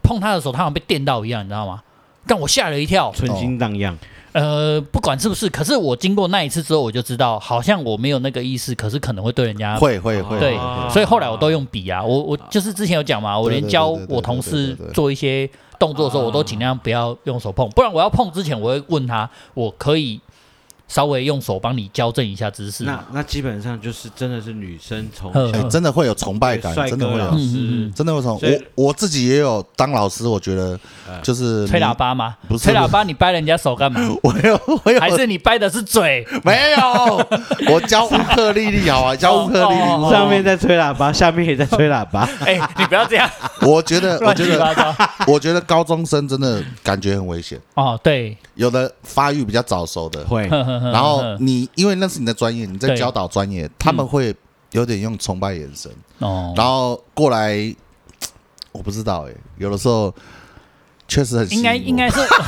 Speaker 1: 碰她的手，她好像被电到一样，你知道吗？但我吓了一跳，
Speaker 3: 春心荡漾，
Speaker 1: 呃，不管是不是，可是我经过那一次之后，我就知道，好像我没有那个意识，可是可能会对人家
Speaker 2: 会会会，
Speaker 1: 对
Speaker 3: 啊
Speaker 1: 所以后来我都用笔啊，我我就是之前有讲嘛，我连教我同事做一些动作的
Speaker 2: 啊
Speaker 1: 时候，我都尽量不要用手碰，不然我要碰之前，我会问他，我可以稍微用手帮你矫正一下姿势吗。
Speaker 3: 那那基本上就是真的是女生从
Speaker 2: 哎、
Speaker 1: 嗯
Speaker 2: 真的会有崇拜感，
Speaker 3: 帅
Speaker 2: 真的
Speaker 3: 哥啊嗯
Speaker 2: 会
Speaker 3: 老
Speaker 2: 有，
Speaker 3: 师
Speaker 2: 真的会崇。
Speaker 3: 所以
Speaker 2: 我我自己也有当老师，我觉得
Speaker 3: 哎
Speaker 2: 就是
Speaker 1: 吹
Speaker 2: 你
Speaker 1: 喇，叭吗？
Speaker 2: 不是
Speaker 1: 吹喇叭，你掰人家手干嘛？
Speaker 2: <laughs> 我有我
Speaker 1: <laughs>
Speaker 2: 有
Speaker 1: 还是你掰的是
Speaker 2: <laughs>
Speaker 1: 嘴？
Speaker 2: 没有？我教乌克丽丽好啊，教乌克丽
Speaker 1: 哦
Speaker 2: 丽，
Speaker 3: 上面在吹喇叭，下面也在吹喇叭，
Speaker 1: 哎、你不要
Speaker 2: <laughs>
Speaker 1: 这样
Speaker 2: 我觉得我
Speaker 1: 哦 <laughs> 乱
Speaker 2: 觉
Speaker 1: 七
Speaker 2: 得
Speaker 1: 八糟。
Speaker 2: 我觉得高中生真的感觉很危险，
Speaker 1: 哦，对，
Speaker 2: 有的发育比较早熟的，
Speaker 1: <laughs>
Speaker 3: 会
Speaker 1: 然
Speaker 2: 哎然
Speaker 1: 嗯
Speaker 2: 后你因为那是你的专业，你在
Speaker 1: 对
Speaker 2: 教导专业，他们会有点用崇拜眼神，
Speaker 1: 哦，
Speaker 2: 然后过来，我不知道哎、有的时候确实很吸引
Speaker 1: 应该
Speaker 2: 我
Speaker 1: 应该是， <laughs>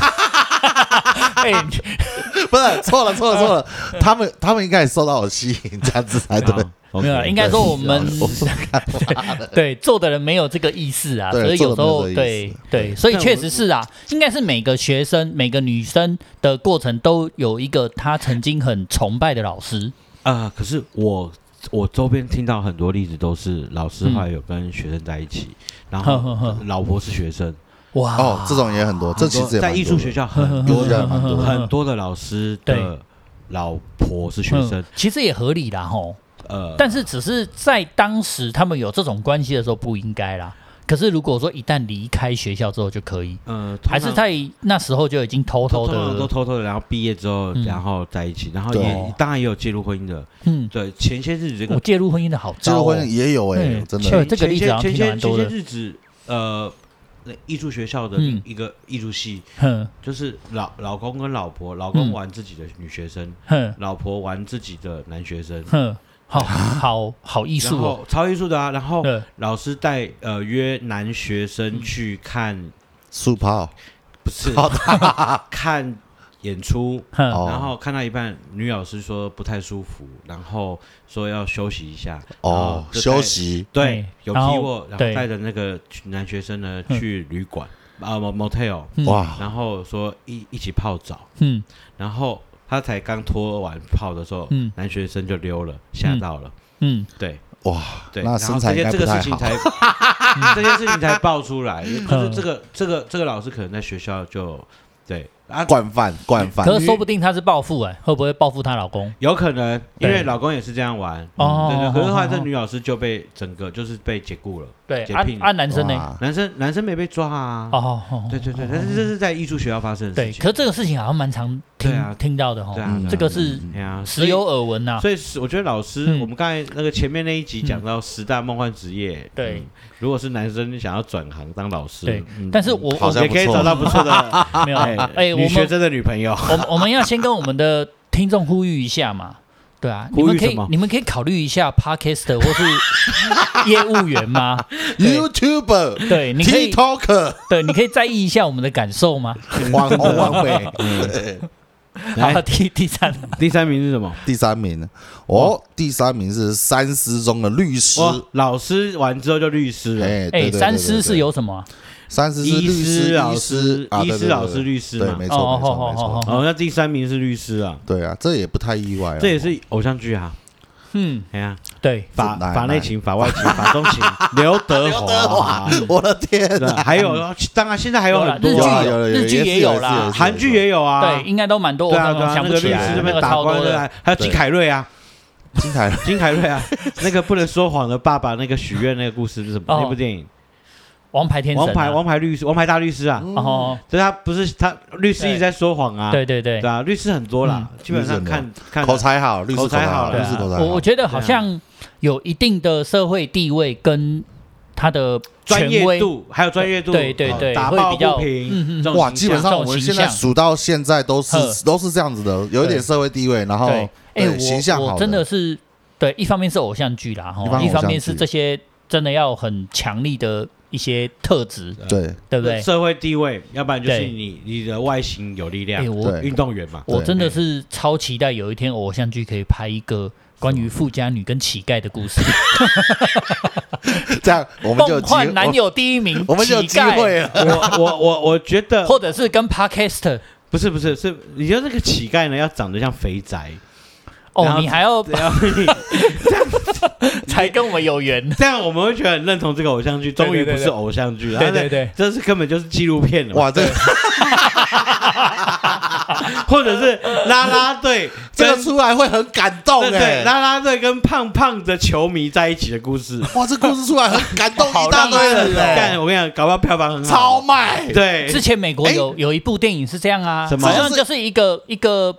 Speaker 1: 哎、
Speaker 2: <laughs> 不是错了错了错了，
Speaker 1: 嗯
Speaker 2: 他们他们应该也受到我吸引，这样子才
Speaker 1: <laughs>
Speaker 2: 对。
Speaker 1: 没有啊，应该说我们
Speaker 2: 对
Speaker 1: <laughs> 对做的人没有这个意识啊，
Speaker 2: 对
Speaker 1: 所以有时候
Speaker 2: 做的没有这个
Speaker 1: 对
Speaker 2: 意识
Speaker 1: 对，所以
Speaker 3: 但我
Speaker 1: 确实是啊，应该是每个学生、每个女生的过程都有一个她曾经很崇拜的老师，
Speaker 3: 啊，可是我我周边听到很多例子都是老
Speaker 1: 嗯
Speaker 3: 师后来有跟学生在一起，然后老婆是学生，
Speaker 1: 哇，
Speaker 2: 哦，这种也很多，这其实也
Speaker 3: 在
Speaker 2: 蛮
Speaker 3: 艺术
Speaker 2: 多的
Speaker 3: 学校很
Speaker 2: 艺
Speaker 3: 多
Speaker 2: 术学校也蛮多的，
Speaker 3: 很多的老师的老婆是学生
Speaker 1: 嗯，其实也合理啦吼，
Speaker 3: 呃，
Speaker 1: 嗯但是只是在当时他们有这种关系的时候不应该啦。可是如果说一旦离开学校之后就可以，
Speaker 3: 呃，
Speaker 1: 还是在那时候就已经偷偷
Speaker 3: 偷偷都
Speaker 1: 的，
Speaker 3: 偷偷的，然后毕业之后，
Speaker 1: 嗯
Speaker 3: 然后在一起，然后
Speaker 2: 对
Speaker 3: 也当然也有介入婚姻的，
Speaker 1: 嗯，
Speaker 3: 对，前些日子这
Speaker 1: 我
Speaker 3: 个
Speaker 1: 介入婚姻的好
Speaker 2: 结
Speaker 1: 糟、哦，
Speaker 2: 婚也有哎、
Speaker 1: 嗯
Speaker 2: 真
Speaker 1: 确
Speaker 2: 的
Speaker 1: 对这个例子好像
Speaker 3: 前
Speaker 1: 听得蛮
Speaker 3: 些前
Speaker 1: 多
Speaker 3: 些
Speaker 1: 的
Speaker 3: 日子，呃，那艺术学校的
Speaker 1: 嗯
Speaker 3: 一个艺术系，
Speaker 1: 哼
Speaker 3: 就是老老公跟老婆，老
Speaker 1: 嗯
Speaker 3: 公玩自己的女学生，
Speaker 1: 哼
Speaker 3: 老婆玩自己的男学生，
Speaker 1: 哼，好好好艺
Speaker 3: 然
Speaker 1: 术哦，
Speaker 3: 后超艺术的啊，然后
Speaker 1: 对，嗯
Speaker 3: 老师带呃约男学生去看，
Speaker 2: 速泡
Speaker 3: 不是 <laughs> 看演出，
Speaker 1: 哼
Speaker 2: 哦
Speaker 3: 然后看到一半，女老师说不太舒服，然后说要休息一下。
Speaker 2: 哦，
Speaker 3: 然后就带
Speaker 2: 休。息
Speaker 3: 对
Speaker 1: 嗯，
Speaker 3: 有 key
Speaker 1: 然后
Speaker 3: word，然后
Speaker 1: 对
Speaker 3: 带着那个男学生呢
Speaker 1: 嗯
Speaker 3: 去旅馆啊某 motel，
Speaker 1: 嗯
Speaker 2: 哇，
Speaker 3: 然后说一一起泡澡，
Speaker 1: 嗯
Speaker 3: 然后他才刚脱完泡的时候
Speaker 1: 嗯，
Speaker 3: 男学生就溜了，吓到了。
Speaker 1: 嗯，
Speaker 3: 对
Speaker 2: 哇，
Speaker 3: 对，
Speaker 2: 那
Speaker 3: 然
Speaker 2: 身
Speaker 3: 后
Speaker 2: 材
Speaker 3: 这
Speaker 2: 应该
Speaker 3: 些这
Speaker 2: 不
Speaker 3: 个
Speaker 2: 太
Speaker 3: 事情
Speaker 2: 好。
Speaker 1: <laughs>
Speaker 3: 才这件事情才爆出来，就是
Speaker 1: 嗯
Speaker 3: 这个这个这个老师可能在学校就对啊，
Speaker 2: 惯犯惯犯，
Speaker 1: 可是说不定她是报复哎，会不会报复她老公？
Speaker 3: 有可能因为
Speaker 1: 对
Speaker 3: 老公也是这样玩，
Speaker 1: 哦
Speaker 3: 嗯对对，可是后来这
Speaker 1: 哦
Speaker 3: 女老师就被整个就是被解雇了，
Speaker 1: 对，
Speaker 3: 洁
Speaker 1: 啊
Speaker 3: 癖
Speaker 1: 啊，男生呢？
Speaker 2: 哇
Speaker 3: 男生男生没被抓啊，
Speaker 1: 哦哦，哦
Speaker 3: 对对对，但是这是在艺术学校发生的
Speaker 1: 对，
Speaker 3: 事情，
Speaker 1: 可是这个事情好像蛮常
Speaker 3: 对啊
Speaker 1: 听听到的哦
Speaker 3: 对，啊，
Speaker 2: 嗯
Speaker 1: 这个是
Speaker 3: 对啊，所
Speaker 1: 时
Speaker 3: 以
Speaker 1: 有耳闻呐。
Speaker 3: 所以是我觉得老师，
Speaker 1: 嗯
Speaker 3: 我们刚才那个前面那一集讲到十大梦幻职业，
Speaker 1: 对
Speaker 3: 嗯，如果是男生想要转行当老师，
Speaker 1: 对
Speaker 3: 嗯
Speaker 1: 但是我
Speaker 2: 好
Speaker 1: 我
Speaker 2: 像
Speaker 3: 也可以找到不 <laughs> 错的
Speaker 1: 没有哎，我
Speaker 3: 女学
Speaker 1: 们
Speaker 3: 生的女朋友，
Speaker 1: 我们我们要先跟我们的听众呼吁一下嘛。对啊，你
Speaker 3: 呼
Speaker 1: 们
Speaker 3: 吁
Speaker 1: 可
Speaker 3: 什
Speaker 1: 以
Speaker 3: 么
Speaker 1: 你们可以考虑一下 podcast 或是业务员
Speaker 3: <laughs>
Speaker 1: 吗？
Speaker 2: YouTuber、
Speaker 1: 对，你可以
Speaker 2: TikToker、
Speaker 1: 对，你可以在意一下我们的感受吗？
Speaker 2: 网红网美。
Speaker 3: <laughs>
Speaker 1: 好，
Speaker 3: 来，
Speaker 1: 第第三
Speaker 3: 第三名是什么？
Speaker 2: 第三名哦，第三名是三师中的律师。
Speaker 3: 哇，老师完之后就律师了，
Speaker 2: 哎，对
Speaker 1: 哎，
Speaker 2: 对对
Speaker 1: 三
Speaker 2: 对
Speaker 1: 师是
Speaker 2: 对
Speaker 1: 有什么啊？
Speaker 2: 三师是
Speaker 3: 医
Speaker 2: 律
Speaker 3: 师、
Speaker 2: 师、
Speaker 3: 老
Speaker 2: 医
Speaker 3: 师、
Speaker 2: 啊
Speaker 3: 医
Speaker 2: 对
Speaker 3: 师、
Speaker 2: 对
Speaker 3: 老
Speaker 2: 对
Speaker 3: 师、律师
Speaker 2: 对，
Speaker 3: 嘛。
Speaker 2: 没
Speaker 1: 哦
Speaker 2: 错没
Speaker 1: 好
Speaker 2: 错没
Speaker 1: 好好
Speaker 2: 错，
Speaker 3: 哦，那第三名是律师啊，
Speaker 2: 对啊，这也不太意外啊。
Speaker 3: 这也是偶像剧啊，
Speaker 1: 嗯，
Speaker 3: 哎呀，
Speaker 1: 对，
Speaker 3: 法
Speaker 2: 哪
Speaker 3: 法内
Speaker 2: 哪
Speaker 3: 情、法外情、法中情，刘德
Speaker 2: 刘德
Speaker 3: 华
Speaker 2: 华，， <laughs> 我的天
Speaker 3: <laughs>
Speaker 2: 啊
Speaker 3: 对
Speaker 2: 哪！
Speaker 3: 还有，当然现在还有
Speaker 1: 有啦
Speaker 3: 很多
Speaker 1: 日
Speaker 2: 有
Speaker 1: 剧
Speaker 2: 啊
Speaker 3: 啊
Speaker 1: 有
Speaker 2: 了
Speaker 1: 日
Speaker 2: 有
Speaker 1: 剧
Speaker 2: 也
Speaker 1: 也
Speaker 2: 是
Speaker 1: 有
Speaker 2: 有
Speaker 1: 啦
Speaker 2: 也是
Speaker 3: 韩
Speaker 2: <laughs>
Speaker 3: 剧也有啊，
Speaker 1: 对，应该都蛮多，我
Speaker 3: 对啊，对
Speaker 1: 刚
Speaker 3: 啊，
Speaker 1: 想
Speaker 3: 那
Speaker 1: 不
Speaker 3: 个
Speaker 1: 起
Speaker 3: 律
Speaker 1: 来
Speaker 3: 师
Speaker 1: 了，
Speaker 3: 这
Speaker 1: 那
Speaker 3: 边
Speaker 1: 个
Speaker 3: 打
Speaker 1: 超
Speaker 3: 官
Speaker 1: 多
Speaker 3: 的
Speaker 1: 的，
Speaker 3: 啊，还有金凯瑞啊，
Speaker 2: 金 <laughs> 凯瑞
Speaker 3: <laughs> 金凯瑞啊，那个不能说谎的爸爸那个许愿那个故事是什么？
Speaker 1: 哦
Speaker 3: 那部电影
Speaker 1: 王牌天神、啊，
Speaker 3: 王牌王牌律师，王牌大律师啊，
Speaker 1: 哦，
Speaker 3: 所以他不是他律师一直在说谎啊，
Speaker 1: 对对对，嗯
Speaker 3: 对啊，律师很多啦，基本上
Speaker 2: 律师
Speaker 3: 看
Speaker 2: 很
Speaker 3: 看
Speaker 2: 口才好，律师
Speaker 3: 口才
Speaker 2: 好，
Speaker 3: 好
Speaker 2: 律
Speaker 3: 对啊
Speaker 2: 师口才
Speaker 1: 我
Speaker 2: 好
Speaker 1: 我。觉得好
Speaker 3: 啊
Speaker 1: 像有一定的社会地位跟他的
Speaker 3: 专
Speaker 1: 权
Speaker 3: 业
Speaker 1: 威
Speaker 3: 度还有专业度，
Speaker 1: 对对
Speaker 3: 哦
Speaker 1: 对
Speaker 3: 打
Speaker 1: 会
Speaker 3: 抱
Speaker 1: 比较
Speaker 3: 不平，
Speaker 1: 嗯嗯
Speaker 3: 这种
Speaker 2: 哇，
Speaker 3: 形
Speaker 2: 基本
Speaker 3: 象
Speaker 2: 上
Speaker 1: 这
Speaker 2: 我
Speaker 1: 种
Speaker 2: 们
Speaker 1: 形
Speaker 2: 现在
Speaker 1: 象
Speaker 2: 数到现在都是
Speaker 1: 呵
Speaker 2: 都是这样子的，有一点
Speaker 1: 对
Speaker 2: 社会地位，然后
Speaker 1: 对，哎、
Speaker 2: 对形象
Speaker 1: 我
Speaker 2: 好
Speaker 1: 我真的是对，一方面是偶像剧啦，
Speaker 2: 一方
Speaker 1: 哈，
Speaker 2: 面
Speaker 1: 一方面
Speaker 2: 偶像
Speaker 1: 是
Speaker 2: 剧
Speaker 1: 这些真的要很强力的一些特质，
Speaker 2: 对
Speaker 1: 对不对？
Speaker 3: 社会地位，要不然就是
Speaker 1: 对
Speaker 3: 你你的外形有力
Speaker 1: 哎、
Speaker 3: 量，
Speaker 1: 我
Speaker 2: 对
Speaker 3: 运动员嘛，
Speaker 1: 我
Speaker 2: 对
Speaker 1: 真的是超期待有一天偶像剧可以拍一个关于富家女跟乞丐的故事，
Speaker 2: 这样 <laughs> 我们就有
Speaker 1: 梦
Speaker 2: 机
Speaker 1: 幻男
Speaker 2: 会，
Speaker 1: 友第一名，
Speaker 2: 我们就有
Speaker 1: 乞
Speaker 2: 机
Speaker 1: 丐，
Speaker 2: 会了。
Speaker 3: <laughs> 我我我我觉得
Speaker 1: 或者是跟 Podcast
Speaker 3: 不是不是是，你觉得这个乞丐呢要长得像肥
Speaker 1: <laughs>
Speaker 3: 宅，然
Speaker 1: 哦，
Speaker 3: 后
Speaker 1: 你还要
Speaker 3: 然后你
Speaker 1: <laughs> 才跟我们有缘，
Speaker 3: <laughs> 这样我们会觉得很认同这个偶像剧，
Speaker 1: 对对
Speaker 3: 终于
Speaker 1: 对
Speaker 3: 不是
Speaker 1: 对
Speaker 3: 偶像剧了，
Speaker 1: 对
Speaker 3: 它是
Speaker 1: 对对，
Speaker 3: 这是根本就是纪录片了嘛，
Speaker 2: 哇， <laughs> 这个
Speaker 3: 或者是啦啦队
Speaker 2: 呃 <laughs> 这
Speaker 3: 跟
Speaker 2: 个出来会很感动
Speaker 3: 对对
Speaker 2: 哎。
Speaker 3: 啦啦队跟胖胖的球迷在一起的故事，
Speaker 2: 哇，这故事出来很感动
Speaker 1: 好
Speaker 2: 一大堆
Speaker 1: 浪
Speaker 2: 人
Speaker 1: 漫哦
Speaker 2: 哎，
Speaker 3: 但我跟你讲，搞不好票房很
Speaker 2: 超
Speaker 3: 好，
Speaker 1: 啊
Speaker 2: 卖。
Speaker 3: 对
Speaker 1: 之前美国
Speaker 2: 哎
Speaker 1: 有、有一部电影是这样啊，
Speaker 3: 什么
Speaker 1: 好像就是一个一个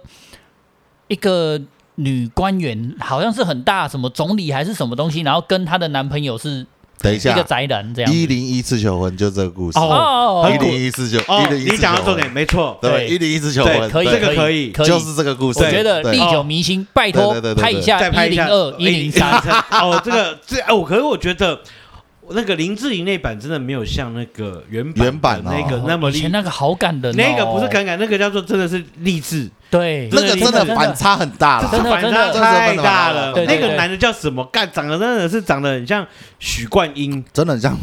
Speaker 1: 一个女官员，好像是很大什么总理还是什么东西，然后跟她的男朋友是
Speaker 2: 等一
Speaker 1: 一个
Speaker 2: 下，
Speaker 1: 宅男这样子。
Speaker 2: 一零一次求婚就这个故事，
Speaker 1: 哦
Speaker 2: 一
Speaker 3: 很
Speaker 2: 零
Speaker 3: 古
Speaker 2: 一次求，
Speaker 3: 哦
Speaker 2: 一，零一
Speaker 3: 你
Speaker 2: 次求
Speaker 3: 讲到重
Speaker 2: 婚，
Speaker 3: 点，没错，
Speaker 2: 对，
Speaker 1: 对
Speaker 2: 一零一次求婚，
Speaker 3: 对
Speaker 1: 可以，
Speaker 2: 对
Speaker 3: 这个可以
Speaker 1: 可以，
Speaker 2: 就是这个故事。
Speaker 1: 我觉得
Speaker 2: 对哦
Speaker 1: 历久弥新，拜
Speaker 2: 对
Speaker 1: 托
Speaker 2: 对对对对
Speaker 1: 拍一下
Speaker 3: 再拍
Speaker 1: 一
Speaker 3: 一
Speaker 1: 零
Speaker 3: 下
Speaker 2: 哎
Speaker 1: 二、一零
Speaker 2: <laughs>
Speaker 1: 三。
Speaker 3: 哦， <laughs> 这个这哦，可是我觉得那个林志颖那版真的没有像那个原版
Speaker 2: 原版
Speaker 3: 的
Speaker 2: 哦
Speaker 3: 那个那么
Speaker 1: 以
Speaker 3: 励
Speaker 1: 前，那个好感人哦，
Speaker 3: 那个不是感感，那个叫做真的是励志，
Speaker 1: 对，
Speaker 2: 那个真的反差很大
Speaker 1: 真
Speaker 2: 啦。
Speaker 1: 的
Speaker 3: 反差
Speaker 2: 真的
Speaker 3: 太大了。
Speaker 1: 对对
Speaker 3: 那
Speaker 1: 对
Speaker 3: 个男的叫什么？干长得真的是长得很像许冠
Speaker 2: <laughs>
Speaker 3: 英。
Speaker 2: 真的
Speaker 1: <laughs>
Speaker 2: 很像，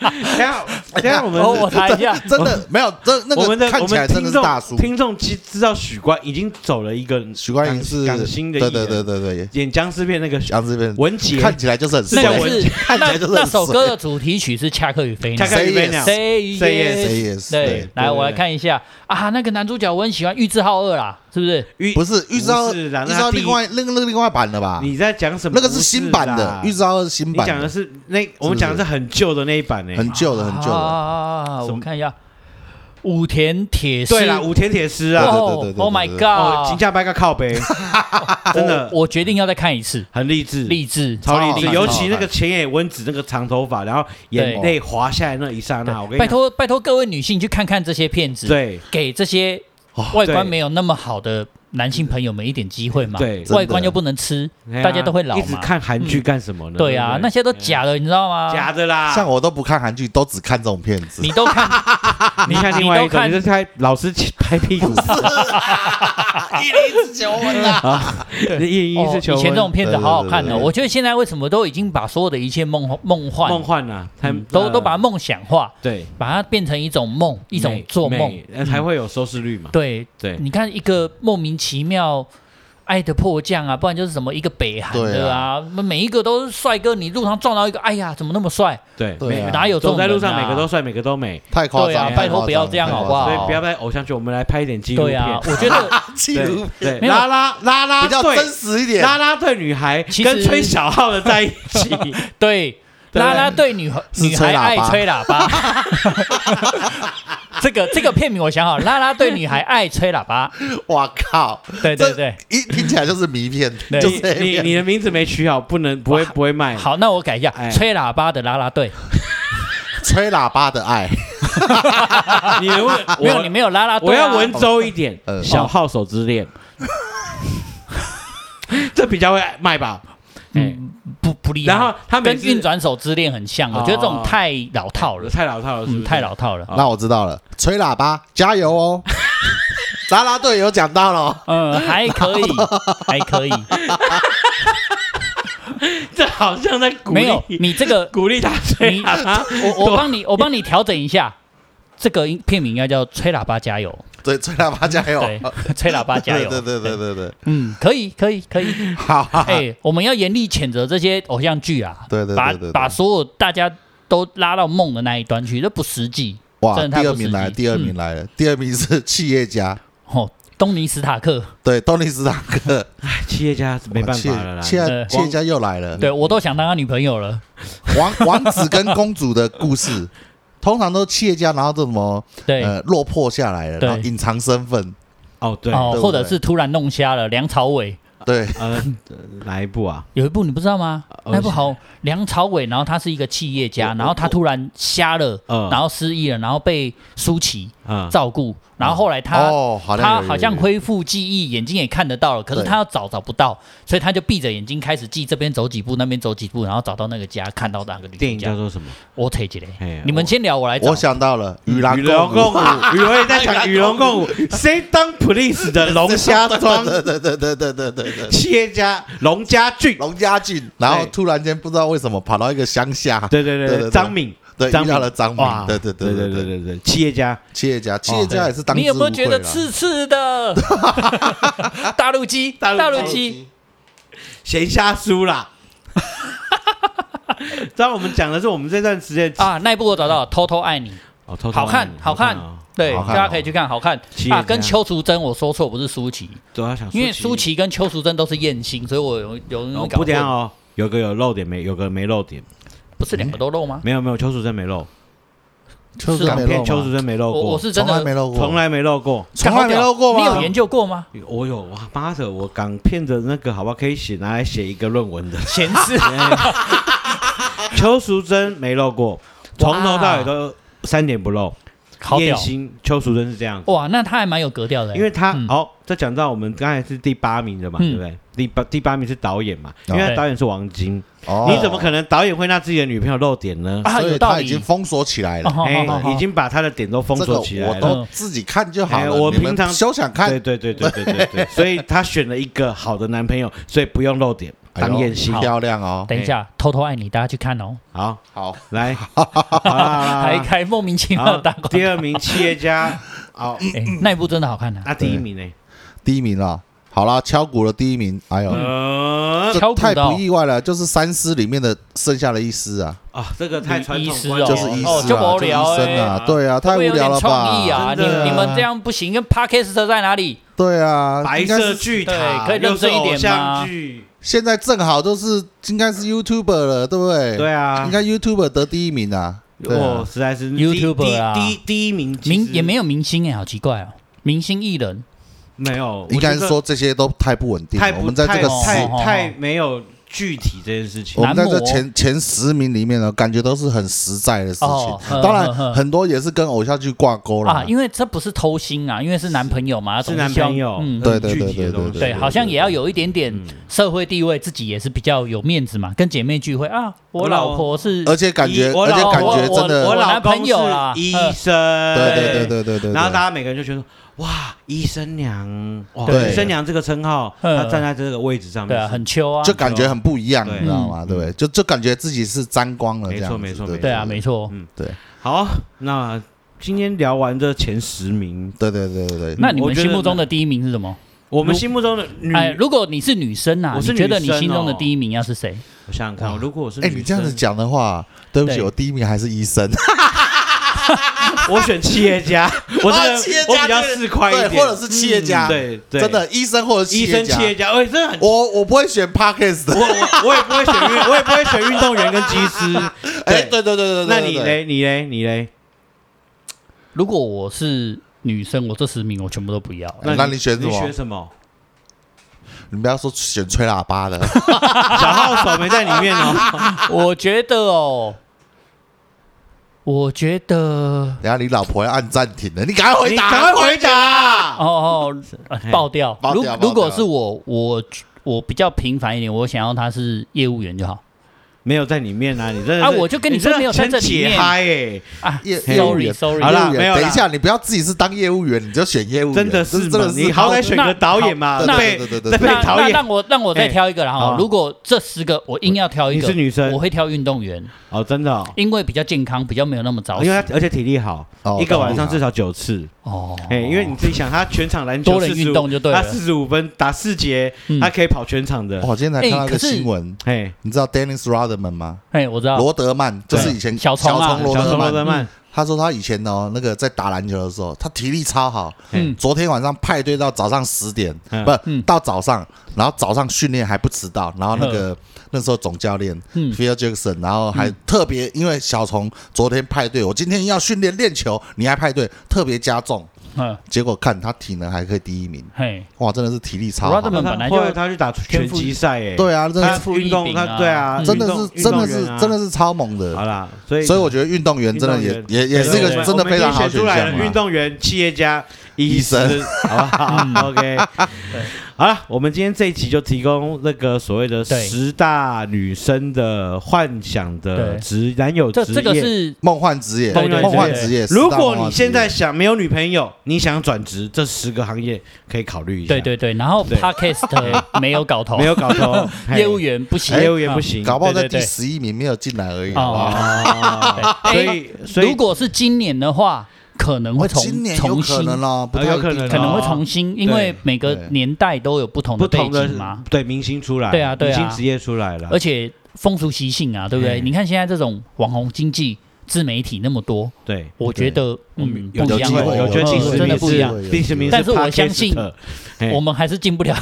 Speaker 3: 等一下等一下我们
Speaker 1: 哦，我查一
Speaker 2: <laughs>
Speaker 1: 下，
Speaker 2: 真的没有，真那
Speaker 3: 我们的
Speaker 2: 个看
Speaker 3: 我
Speaker 2: 起来
Speaker 3: 们
Speaker 2: 真的
Speaker 3: 听
Speaker 2: 是大叔
Speaker 3: 众。听众其实知道许冠已经走了一个
Speaker 2: 许冠英
Speaker 3: 港
Speaker 2: 是
Speaker 3: 港星的艺
Speaker 2: 对
Speaker 3: 人，
Speaker 2: 对对对对，
Speaker 3: 演僵尸片那个许
Speaker 2: 杨这边
Speaker 3: 文杰，
Speaker 2: 看起来就是很
Speaker 1: 那
Speaker 2: 帅，
Speaker 3: 像
Speaker 1: 个
Speaker 3: 我
Speaker 1: 是
Speaker 2: 看起来就是
Speaker 1: 那
Speaker 2: 很
Speaker 1: 那首
Speaker 2: 帅
Speaker 1: 歌
Speaker 3: <laughs>
Speaker 1: 的主题曲是《恰克与菲
Speaker 3: 他
Speaker 1: 娜》。
Speaker 3: 看
Speaker 2: 谁
Speaker 3: 没
Speaker 2: 也
Speaker 3: 那样
Speaker 1: Say
Speaker 3: Say
Speaker 1: yes，
Speaker 2: 谁也是
Speaker 1: 对，来
Speaker 3: 对
Speaker 1: 我来
Speaker 3: 对
Speaker 1: 看一下啊，那个男主角我很喜欢玉置浩二啦，是不是？
Speaker 3: 玉
Speaker 2: 不是玉置浩，
Speaker 3: 不
Speaker 2: 玉
Speaker 3: 是
Speaker 2: 置
Speaker 3: 啦那
Speaker 2: 浩
Speaker 3: 他第一
Speaker 2: 另外那个那个另外版的吧？
Speaker 3: 你在讲什么？
Speaker 2: 那个是新版的，
Speaker 3: 不
Speaker 2: 玉
Speaker 3: 是
Speaker 2: 置
Speaker 3: 啦
Speaker 2: 浩是新
Speaker 3: 你
Speaker 2: 版
Speaker 3: 讲的
Speaker 2: 的，
Speaker 3: 是那我们讲的是很旧的那一版呢。欸
Speaker 2: 很旧的，很旧的。
Speaker 1: 啊，
Speaker 3: 什
Speaker 1: 我
Speaker 3: 么
Speaker 1: 看一下，武田铁矢。
Speaker 3: 对啦，武田铁狮
Speaker 2: 对
Speaker 3: 啊，
Speaker 2: 对
Speaker 1: 哦
Speaker 2: 对对对
Speaker 1: ，Oh my
Speaker 2: 对
Speaker 3: 哦，金
Speaker 1: God！
Speaker 3: 价掰个
Speaker 2: <laughs>
Speaker 3: 靠背，真的
Speaker 1: 我我决定要再看一次，
Speaker 3: 很励志，
Speaker 1: 励志。
Speaker 3: 超励
Speaker 2: 超好
Speaker 3: 志。
Speaker 2: 看
Speaker 3: 尤
Speaker 2: 超好
Speaker 3: 其
Speaker 2: 看
Speaker 3: 那个前野温子那个长头发，然后眼
Speaker 1: 对
Speaker 3: 泪滑下来那一刹那，我跟你
Speaker 1: 拜
Speaker 3: 讲，
Speaker 1: 托拜托各位女性去看看这些片子，
Speaker 3: 对
Speaker 1: 给这些
Speaker 2: 哦
Speaker 1: 外观
Speaker 3: 对
Speaker 1: 没有那么好的男性朋友们一点机会嘛。
Speaker 3: 对
Speaker 1: 外观又不能吃，
Speaker 3: 哎呀
Speaker 1: 大家都会老
Speaker 3: 一直
Speaker 1: 嘛。
Speaker 3: 看韩剧干什么呢？
Speaker 1: 对啊，
Speaker 3: 不
Speaker 1: 那些都假的，你知道吗？
Speaker 3: 假的啦。
Speaker 2: 像我都不看韩剧，都只看这种片子 <laughs>
Speaker 1: 你。都
Speaker 3: <laughs>
Speaker 1: 看，
Speaker 3: 你看
Speaker 1: 你
Speaker 3: 另外
Speaker 1: 都
Speaker 3: 一个，
Speaker 1: 看
Speaker 3: 你是看老师拍屁股，
Speaker 2: 一零一次求婚
Speaker 3: 啊
Speaker 2: 啦，
Speaker 3: 一一
Speaker 1: 哦
Speaker 3: 是
Speaker 1: 以
Speaker 3: 求
Speaker 1: 前
Speaker 3: 婚
Speaker 1: 这种片子好好看
Speaker 2: 对对
Speaker 1: 的。
Speaker 2: 对对
Speaker 1: 我觉得现在为什么都已经把所有的一切梦梦幻
Speaker 3: 梦幻啊，他们
Speaker 1: 嗯都都把梦想化，
Speaker 3: 对
Speaker 1: 把它变成一种梦，一种
Speaker 3: 美
Speaker 1: 做梦
Speaker 3: 美。呃才会有收视率嘛。
Speaker 1: 对，
Speaker 3: 对，
Speaker 1: 你看一个莫名其妙。爱的迫降啊，不然就是什么一个北韩
Speaker 2: 对
Speaker 1: 的啊，每一个都是帅哥，你路上撞到一个，哎呀，怎么那么帅？
Speaker 3: 对
Speaker 2: 对
Speaker 3: 每
Speaker 2: 啊哦
Speaker 1: 哪有这
Speaker 3: 走
Speaker 1: 种
Speaker 3: 在路上，
Speaker 1: 人啊
Speaker 3: 每个都帅，每个都美，
Speaker 2: 太夸
Speaker 1: 对啊
Speaker 2: 张了，
Speaker 1: 拜托不要这样好不好
Speaker 3: 所以
Speaker 2: <laughs>
Speaker 3: 不要拍偶像剧，我们来拍一点纪录
Speaker 1: 对
Speaker 3: 片。
Speaker 1: 啊，我觉得
Speaker 2: 记录
Speaker 3: 对对，
Speaker 1: 没有
Speaker 3: 拉拉拉拉
Speaker 2: <laughs> 比较
Speaker 3: 队
Speaker 2: 真实一点。
Speaker 3: 拉拉队女孩
Speaker 1: 其
Speaker 3: 跟
Speaker 1: 实
Speaker 3: 吹小号的在一起，
Speaker 1: 对
Speaker 3: 对
Speaker 1: 拉拉队女孩
Speaker 2: 是
Speaker 1: 女孩
Speaker 2: 吹喇叭
Speaker 1: 爱吹喇叭，这个这个片名我想好，拉拉队女孩爱吹喇叭，
Speaker 2: 哇靠！
Speaker 3: <laughs>
Speaker 1: 对哎对对，
Speaker 2: 这一听起来就是迷片，
Speaker 1: 对
Speaker 2: 就是
Speaker 3: 你你你的名字没取好，不能不会不会卖。
Speaker 1: 好，那我改一下
Speaker 3: 哎，
Speaker 1: 吹喇叭的拉拉队，
Speaker 2: 吹喇叭的爱，
Speaker 3: 你的问
Speaker 1: 没有你
Speaker 3: 我
Speaker 1: 没有拉拉队
Speaker 3: 我
Speaker 1: 啊，
Speaker 3: 要文绉一点
Speaker 2: 呃，
Speaker 3: 小号手之恋， <laughs> 这比较会卖吧？哎，
Speaker 1: 嗯，不不厉害。
Speaker 3: 然后他每
Speaker 1: 跟
Speaker 3: 次
Speaker 1: 运转手之恋很像，我觉得这种太老套了，
Speaker 3: 太老套了，是
Speaker 1: 嗯，
Speaker 3: 不是哦
Speaker 1: 太 <laughs> 老套了。
Speaker 2: 那我知道了。吹喇叭，加
Speaker 1: <laughs>
Speaker 2: 油哦！拉拉队有讲到了，哦
Speaker 1: 嗯，还
Speaker 3: <laughs>
Speaker 1: 可以，还可以，
Speaker 3: 这好像在鼓
Speaker 1: 没有
Speaker 3: 励
Speaker 1: 你这个，
Speaker 3: 鼓励他吹喇叭。
Speaker 1: <laughs> 我我帮你，我帮你调整一下，这个片名应该叫《吹喇叭加油 <laughs>
Speaker 2: 对，吹喇叭加油！》，
Speaker 1: 对，吹喇叭加
Speaker 2: 对
Speaker 1: 油，
Speaker 2: 对对对，对对，
Speaker 1: 嗯，可以，可以，可以。
Speaker 2: 好，
Speaker 3: 啊
Speaker 2: 好好
Speaker 1: 哎，我们要严厉谴责这些偶像剧啊，
Speaker 2: 对对对
Speaker 1: 把
Speaker 2: 对对
Speaker 1: 把所有大家都拉到梦的那一端去，这不实际。嗯
Speaker 2: 哇，
Speaker 1: 真的太
Speaker 2: 第二
Speaker 1: 不实
Speaker 2: 名来，
Speaker 1: 际
Speaker 2: 第二名来了，第二名是企业家，
Speaker 1: 哦，东尼史塔克，
Speaker 2: 对，东尼史塔克，
Speaker 3: 哎，企业家 <laughs> 没办法了啦。
Speaker 2: 企
Speaker 1: 对
Speaker 2: 业企业家又来了。
Speaker 1: 对我都想当他女朋友了。
Speaker 2: 王王子跟公主的故
Speaker 1: <laughs>
Speaker 2: 事，通常都企业家，然后这什么
Speaker 1: 对，
Speaker 2: 呃落魄下来了，
Speaker 1: 对
Speaker 2: 然后隐藏身份，
Speaker 3: 哦，对，
Speaker 1: 哦
Speaker 2: 对，不
Speaker 1: 或者
Speaker 2: 对
Speaker 1: 是突然弄瞎了。梁朝伟
Speaker 2: 对，
Speaker 3: 呃，来一部啊？
Speaker 1: 有一部你不知道吗？
Speaker 3: 呃
Speaker 1: 那部好，梁朝伟，然后他是一个企业
Speaker 3: 我
Speaker 1: 家，然后他
Speaker 3: 我
Speaker 1: 突然瞎了，
Speaker 3: 嗯
Speaker 1: 然后失忆了，然后被舒淇
Speaker 3: 啊，
Speaker 1: 照顾，然后后来他
Speaker 2: 哦，好像有
Speaker 1: 他
Speaker 2: 有
Speaker 1: 好像
Speaker 2: 有
Speaker 1: 恢复记忆，眼睛也看得到了，可是
Speaker 2: 对
Speaker 1: 他要找找不到，所以他就闭着眼睛开始记这边走几步，那边走几步，然后找到那个家，看到那个女
Speaker 3: 电影
Speaker 1: 主角
Speaker 3: 叫做什么？
Speaker 1: 我腿起
Speaker 3: 嘿
Speaker 1: 来，你们先聊，我来找
Speaker 2: 我。想到了，与狼
Speaker 3: 与龙
Speaker 2: 共
Speaker 3: 共
Speaker 2: <laughs>
Speaker 3: 舞，与我也在讲与龙共舞。谁当 police 的龙虾
Speaker 2: <laughs>
Speaker 3: 庄
Speaker 2: 对对对对对对对对，
Speaker 3: 企业家龙家俊？
Speaker 2: <laughs> 龙家俊，然后
Speaker 3: 对
Speaker 2: 突然间不知道为什么跑到一个乡下，
Speaker 3: 对对对对，张敏，
Speaker 2: 对，遇
Speaker 3: 张敏
Speaker 2: 到了张敏
Speaker 3: 哇，
Speaker 2: 对对对对
Speaker 3: 对对
Speaker 2: 对
Speaker 3: 对
Speaker 2: 对，
Speaker 3: 对对，企业家
Speaker 2: 企业家，企业家也是当
Speaker 1: 你有没有
Speaker 2: 之无
Speaker 1: 觉
Speaker 2: 愧
Speaker 1: 得
Speaker 2: 啦
Speaker 1: 刺刺的？大陆鸡，
Speaker 3: 大陆鸡
Speaker 1: 大陆鸡，
Speaker 3: 闲瞎输
Speaker 2: <laughs>
Speaker 3: 啦。当然，我们讲的是我们这段时间
Speaker 1: 啊，那一部我找到了，偷偷爱你，
Speaker 3: 哦偷偷
Speaker 1: 好看
Speaker 3: 按，你
Speaker 1: 好看
Speaker 3: 哦，
Speaker 1: 对，
Speaker 2: 好
Speaker 1: 大
Speaker 2: 看
Speaker 1: 家可以去看，好看
Speaker 3: 企业
Speaker 1: 啊。
Speaker 3: 家
Speaker 1: 跟邱淑贞，我说错，不是舒淇，
Speaker 3: 都要想，
Speaker 1: 因为舒淇跟邱淑贞都是艳星，所以我有有那
Speaker 3: 哦
Speaker 1: 种搞
Speaker 3: 不这样
Speaker 1: 混，
Speaker 3: 哦，有个有漏点没，有个没漏点，
Speaker 1: 不是两个都露吗？
Speaker 3: 没有没有，邱淑贞没漏，
Speaker 2: 邱淑
Speaker 1: 是啊
Speaker 2: 贞
Speaker 3: 港
Speaker 2: 没
Speaker 3: 片
Speaker 2: 露
Speaker 3: 邱
Speaker 2: 吗
Speaker 3: 淑？贞没漏
Speaker 1: 我
Speaker 3: 过，
Speaker 1: 我是真
Speaker 2: 从来没
Speaker 1: 的
Speaker 2: 露过，
Speaker 3: 从来没漏过。
Speaker 2: 从来没露过吗？
Speaker 1: 你有研究过吗？
Speaker 3: 我有哇，妈的，我港片的那个好不好？可以写拿来写一个论文的。
Speaker 1: 闲事。
Speaker 3: 邱淑贞没漏过，从头到尾都三点不漏。
Speaker 1: <laughs>
Speaker 3: <laughs>
Speaker 1: 好
Speaker 3: 叶
Speaker 1: 屌
Speaker 3: 欣、邱淑贞是这样子，
Speaker 1: 哇，那他还蛮有格调的欸，
Speaker 3: 因为她
Speaker 1: 嗯
Speaker 3: 哦，这讲到我们刚才是第八名的嘛，
Speaker 1: 嗯
Speaker 3: 对不对？第八第八名是导演嘛，因为
Speaker 1: 对
Speaker 3: 他导演是王晶，
Speaker 2: 哦
Speaker 3: 你怎么可能导演会让自己的女朋友漏点呢？
Speaker 1: 啊
Speaker 2: 所
Speaker 1: 有
Speaker 2: 以
Speaker 1: 道
Speaker 2: 他
Speaker 1: 理，
Speaker 2: 已经封锁起来了。
Speaker 1: 哦
Speaker 3: 哎
Speaker 1: 好好好
Speaker 3: 已经把他的点都封
Speaker 2: 这个
Speaker 3: 锁起来
Speaker 2: 我
Speaker 3: 了。
Speaker 2: 都自己看就好
Speaker 3: 哎
Speaker 2: 了，
Speaker 3: 我
Speaker 2: 你们
Speaker 3: 平常
Speaker 2: 休想
Speaker 3: 对
Speaker 2: 看。
Speaker 3: 对对对对对对，所以她选了一个好的男朋友，所以不用漏点，
Speaker 2: 哎呦
Speaker 3: 当艳星。
Speaker 2: 漂亮哦，
Speaker 1: 等一下，偷偷爱你，大家去看哦。
Speaker 3: 好，
Speaker 2: 好，
Speaker 3: 来，好啦好啦
Speaker 1: 还开莫名其妙
Speaker 3: 好
Speaker 1: 的大广告
Speaker 3: 啊第，二名企
Speaker 1: <laughs>
Speaker 3: 业家，好，
Speaker 1: 哎，那一部真的好看的。
Speaker 3: 那第一名呢？
Speaker 2: 第一名了，好啦，敲鼓了第一名，哎呦，
Speaker 3: 呃，
Speaker 1: <laughs>
Speaker 2: 这
Speaker 1: 敲鼓
Speaker 2: 太
Speaker 1: 的哦
Speaker 2: 不意外了，就是三师里面的剩下的一师啊，
Speaker 3: 啊，这个太传
Speaker 1: 医
Speaker 3: 统
Speaker 1: 师
Speaker 3: 观
Speaker 1: 哦
Speaker 3: 念
Speaker 2: 就是医师
Speaker 1: 哦
Speaker 2: 啊，
Speaker 1: 就无
Speaker 2: 是医
Speaker 1: 聊欸
Speaker 2: 生啊，对啊，太无
Speaker 1: 会有
Speaker 2: 聊
Speaker 1: 点
Speaker 2: 了
Speaker 1: 创意
Speaker 2: 吧？
Speaker 1: 啊！你
Speaker 3: 真的
Speaker 1: 你们这样不行，跟 Parkes 在哪里？
Speaker 2: 对啊，
Speaker 3: 白
Speaker 2: 应该
Speaker 3: 色
Speaker 2: 是
Speaker 3: 巨塔，
Speaker 1: 对可以认真一点吗
Speaker 3: 又是偶像剧，
Speaker 2: 现在正好就是应该是 YouTuber 了，对不对？
Speaker 3: 对啊，哦
Speaker 2: 应该 YouTuber 得第一名啊。对
Speaker 3: 我
Speaker 2: 啊，
Speaker 3: 实在是
Speaker 1: YouTuber 啊
Speaker 3: 第一第一第一名其实
Speaker 1: 明也没有明星哎，好奇怪哦，明星艺人
Speaker 3: 没有，
Speaker 2: 应该是
Speaker 3: 我
Speaker 2: 说这些都太不稳
Speaker 3: 觉得
Speaker 2: 定
Speaker 3: 太
Speaker 2: 了。
Speaker 3: 不
Speaker 2: 我们在这个
Speaker 1: 哦
Speaker 3: 太
Speaker 2: 十，
Speaker 3: 太太没有具体这件事情
Speaker 2: 我。们在这
Speaker 1: 难磨
Speaker 2: 前前十名里面呢，感觉都是很实在的事
Speaker 1: 哦呵
Speaker 2: 情。当然
Speaker 1: 呵呵，
Speaker 2: 很多也是跟偶像剧挂钩
Speaker 1: 啊
Speaker 2: 了，。
Speaker 1: 因为这不是偷心啊，因为是男朋友嘛，
Speaker 3: 是
Speaker 1: 总
Speaker 3: 男
Speaker 1: 希望
Speaker 3: 朋友，
Speaker 1: 嗯，
Speaker 3: 嗯
Speaker 2: 对
Speaker 3: 很
Speaker 2: 对
Speaker 3: 具
Speaker 2: 对
Speaker 3: 体的
Speaker 2: 对对
Speaker 3: 东西
Speaker 1: 对，好像也要有一点点社会地位，自己也是比较有面子嘛，跟姐妹聚会啊，我
Speaker 3: 我老
Speaker 1: 老婆是
Speaker 2: 而且感觉，
Speaker 3: 我
Speaker 2: 而且
Speaker 1: 老哎
Speaker 2: 感觉真
Speaker 3: 我
Speaker 1: 我
Speaker 2: 的，
Speaker 3: 老
Speaker 1: 男
Speaker 3: 公
Speaker 1: 朋
Speaker 3: 是
Speaker 1: 友啦
Speaker 3: 医生，
Speaker 2: 对对对对对对。
Speaker 3: 然后大
Speaker 2: 家
Speaker 3: 家每个人就觉得哇，医生娘，哇，
Speaker 2: 对
Speaker 3: 医生娘这个称号，
Speaker 1: 嗯
Speaker 3: 她站在这个位置上
Speaker 1: 对
Speaker 3: 面
Speaker 1: 啊，
Speaker 3: 是
Speaker 1: 很秋啊，
Speaker 2: 就感觉很不一样，
Speaker 3: 对
Speaker 2: 你知道吗？对不对？就就感觉自己是沾光了，这
Speaker 3: 没错
Speaker 2: 样子
Speaker 3: 没错
Speaker 2: 对
Speaker 3: 没
Speaker 1: 对啊，没错。
Speaker 2: 嗯
Speaker 3: 好。那今天聊完这前十名，
Speaker 2: 对对对对对。
Speaker 1: 那你
Speaker 3: 我
Speaker 1: 们
Speaker 3: 觉
Speaker 1: 心
Speaker 3: 得
Speaker 1: 目中的第一名是什么？
Speaker 3: 我们心目中的女，
Speaker 1: 哎，如果你是女生啊，
Speaker 3: 我是
Speaker 1: 你觉得
Speaker 3: 女
Speaker 1: 你
Speaker 3: 生
Speaker 1: 心中的
Speaker 3: 哦
Speaker 1: 第一名要是谁？
Speaker 3: 我想想看哦，如果我是
Speaker 2: 哎，
Speaker 3: 女
Speaker 2: 你这样子
Speaker 3: 生，
Speaker 2: 讲的话，对不起，
Speaker 1: 对
Speaker 2: 我第一名还是医生。
Speaker 3: <laughs> 我选企
Speaker 2: <laughs>
Speaker 3: 业家，我这
Speaker 2: 啊
Speaker 3: 个
Speaker 2: 企业家
Speaker 3: 我比较
Speaker 2: 对
Speaker 3: 市侩一
Speaker 2: 对，
Speaker 3: 点，
Speaker 2: 或者是企业家，
Speaker 3: 嗯对对，
Speaker 2: 真的医生或者是
Speaker 3: 医生企业
Speaker 2: 家，
Speaker 3: 家，哎，真的很。
Speaker 2: 我我不会选 Parkes
Speaker 3: 我 <laughs>
Speaker 2: 的。
Speaker 3: 我我也不会选
Speaker 2: <laughs>
Speaker 3: 运，我也不会选运动员跟技师。
Speaker 2: 哎，对对对对对，
Speaker 3: 那你
Speaker 2: 对？
Speaker 3: 嘞？你嘞？你嘞？
Speaker 1: 如果我是女生，我这十名我全部都不要。
Speaker 2: 哎那你选什
Speaker 3: 你
Speaker 2: 么
Speaker 3: 选？什么？
Speaker 2: 你不要说选吹喇叭的， <laughs>
Speaker 3: 小号手没在里面哦。
Speaker 1: <laughs> 我觉得哦，我觉得哦
Speaker 2: 等下你老婆要按暂停了，你啊赶快回
Speaker 3: 你
Speaker 2: 答，
Speaker 3: 赶快回啊答。
Speaker 1: 哦，呃
Speaker 3: 嘿
Speaker 1: 爆掉
Speaker 2: 爆。
Speaker 1: 如
Speaker 2: 掉爆掉
Speaker 1: 如果是我，我我比较平凡一点，我想要他是业务员就好
Speaker 3: 没有在里面啊！你真的
Speaker 1: 啊
Speaker 3: 是
Speaker 1: 我就跟你
Speaker 3: 你
Speaker 1: 说
Speaker 3: 真的
Speaker 1: 没有在这里面
Speaker 3: 很解嗨哎，
Speaker 1: 啊。
Speaker 2: 业业务
Speaker 1: Sorry
Speaker 2: 员
Speaker 1: Sorry，
Speaker 3: 好啦
Speaker 2: 业务员
Speaker 3: 没有啦
Speaker 2: 等一下，你不要自己是当业务员，你就选业务员，
Speaker 3: 真的
Speaker 2: 这
Speaker 3: 是
Speaker 2: 真
Speaker 3: 嘛
Speaker 2: 的？是
Speaker 3: 你好歹选个导演嘛，
Speaker 1: 那
Speaker 3: 被
Speaker 2: 对对对对
Speaker 3: <laughs> 被
Speaker 2: 对
Speaker 1: 那
Speaker 3: 导
Speaker 1: 那
Speaker 3: 演
Speaker 1: 让我让我再挑一个啦
Speaker 3: 哎好
Speaker 1: 哈。如果这十个我硬要挑一
Speaker 3: 你
Speaker 1: 个，
Speaker 3: 是女生
Speaker 1: 我会挑运动员，
Speaker 3: 哦，真的哦，
Speaker 1: 因为比较健康，比较没有那么早
Speaker 3: 哎因为
Speaker 1: 死。
Speaker 3: 他而且体力好
Speaker 2: 哦，
Speaker 3: 一个晚上
Speaker 2: 体力好
Speaker 3: 至少九次，
Speaker 1: 哦，
Speaker 3: 哎，因为你自己想，他全场篮球
Speaker 1: 多人
Speaker 3: 45
Speaker 1: 运动就对
Speaker 3: 他
Speaker 1: 了
Speaker 3: 四十啊五分打四节，
Speaker 1: 嗯
Speaker 3: 他可以跑全场的，
Speaker 2: 我哦今天才看到
Speaker 1: 哎
Speaker 2: 一
Speaker 1: 可
Speaker 2: 个
Speaker 1: 是
Speaker 2: 新闻，
Speaker 3: 哎，
Speaker 2: 你知道 Dennis Rodman 吗？
Speaker 1: 哎，我知道
Speaker 2: 罗德曼就是以前
Speaker 1: 小虫啊
Speaker 2: 小虫罗
Speaker 3: 小
Speaker 2: 德
Speaker 3: 罗德
Speaker 2: 曼，
Speaker 3: 曼
Speaker 2: 他说他以前哦，那个在打篮球的时候，他体力超好。
Speaker 3: 哎
Speaker 1: 嗯
Speaker 2: 昨天晚上派对到早上十点，
Speaker 3: 嗯
Speaker 2: 不、
Speaker 1: 嗯
Speaker 2: 到早上，然后早上训练还不迟到，然后那个那时候总教练、
Speaker 1: 嗯
Speaker 2: Phil Jackson，然后还特别、因为小虫昨天派对，我今天要训练练球，你还派对，特别加重，
Speaker 1: 嗯，
Speaker 2: 结果看他体能还可以第一名，
Speaker 1: 嘿，
Speaker 2: 哇，真的是体力超
Speaker 1: 我
Speaker 2: 好
Speaker 1: 知道。他们嗯本来就
Speaker 3: 后来他去打拳击赛诶，
Speaker 2: 对啊，真
Speaker 3: 他
Speaker 2: 的
Speaker 1: 父
Speaker 3: 运动
Speaker 1: 异禀啊
Speaker 3: 他对啊，
Speaker 1: 嗯
Speaker 2: 真的
Speaker 3: 运
Speaker 2: 是
Speaker 3: 动
Speaker 2: 真的
Speaker 3: 运动
Speaker 2: 是
Speaker 3: 员啊
Speaker 2: 真的是超猛的，
Speaker 3: 好啦，所以
Speaker 2: 所以我觉得运动员真的
Speaker 3: 运
Speaker 2: 也
Speaker 3: 动
Speaker 2: 也也是一个真的非常好的
Speaker 3: 选
Speaker 2: 选
Speaker 3: 出来
Speaker 2: 项啊
Speaker 3: 了，运
Speaker 2: 嘛。
Speaker 3: 动员、企业家、医
Speaker 2: 医
Speaker 3: 生，好不
Speaker 1: 嗯
Speaker 3: 好 <laughs> ？OK，好了，我们今天这一期就提供那个所谓的
Speaker 1: 对
Speaker 3: 十大女生的幻想的
Speaker 1: 对
Speaker 3: 直男友职
Speaker 1: 这这
Speaker 3: 业。
Speaker 1: 个是
Speaker 2: 梦幻职业，
Speaker 1: 对对对
Speaker 2: 梦幻职业。
Speaker 3: 如
Speaker 2: 十大梦
Speaker 3: 果
Speaker 2: 幻
Speaker 3: 你
Speaker 2: 职
Speaker 3: 现在
Speaker 2: 业
Speaker 3: 想没有女朋友，你想转职，这十个行业可以考虑一下。
Speaker 1: 对对对，然后
Speaker 3: <laughs> 对
Speaker 1: podcast 没有搞头，
Speaker 3: 没，有搞错
Speaker 1: <laughs> 业务员不行，
Speaker 3: 嘿业哎务员不
Speaker 1: 行
Speaker 3: 行。
Speaker 2: 搞不好在
Speaker 1: 对
Speaker 2: 第
Speaker 1: 对对
Speaker 2: 十一名没有进来而已，好不好？
Speaker 1: 哦。对
Speaker 3: 所
Speaker 1: 哎
Speaker 3: 以，所以
Speaker 1: 如果是今年的话，可能会重
Speaker 2: 哦今年有
Speaker 1: 重
Speaker 2: 可
Speaker 1: 新，
Speaker 2: 能哦，不
Speaker 3: 呃
Speaker 2: 太
Speaker 3: 有可
Speaker 2: 一定
Speaker 3: 能
Speaker 1: 可能会
Speaker 3: 哦
Speaker 1: 重新，因为每个
Speaker 2: 对
Speaker 1: 年代都有不同
Speaker 3: 不
Speaker 1: 的背
Speaker 3: 同的
Speaker 1: 景嘛，
Speaker 3: 对明星出来，
Speaker 1: 对啊对啊
Speaker 3: 明星职业出来了
Speaker 1: 而，且风俗习性啊，对不对？
Speaker 3: 嗯
Speaker 1: 你看现在这种网红经济、自媒体那么多，
Speaker 3: 对。
Speaker 1: 我觉得
Speaker 3: 我们
Speaker 1: 嗯
Speaker 3: 有
Speaker 1: 不一
Speaker 2: 有
Speaker 1: 样
Speaker 2: 机会
Speaker 1: 哦，
Speaker 2: 有
Speaker 1: 嗯
Speaker 2: 觉得第十
Speaker 1: 真的
Speaker 2: 名
Speaker 1: 不
Speaker 2: 是
Speaker 1: 一样。
Speaker 3: 第十名，
Speaker 1: 但是我相信，
Speaker 3: 嘿
Speaker 1: 我们还是进不了，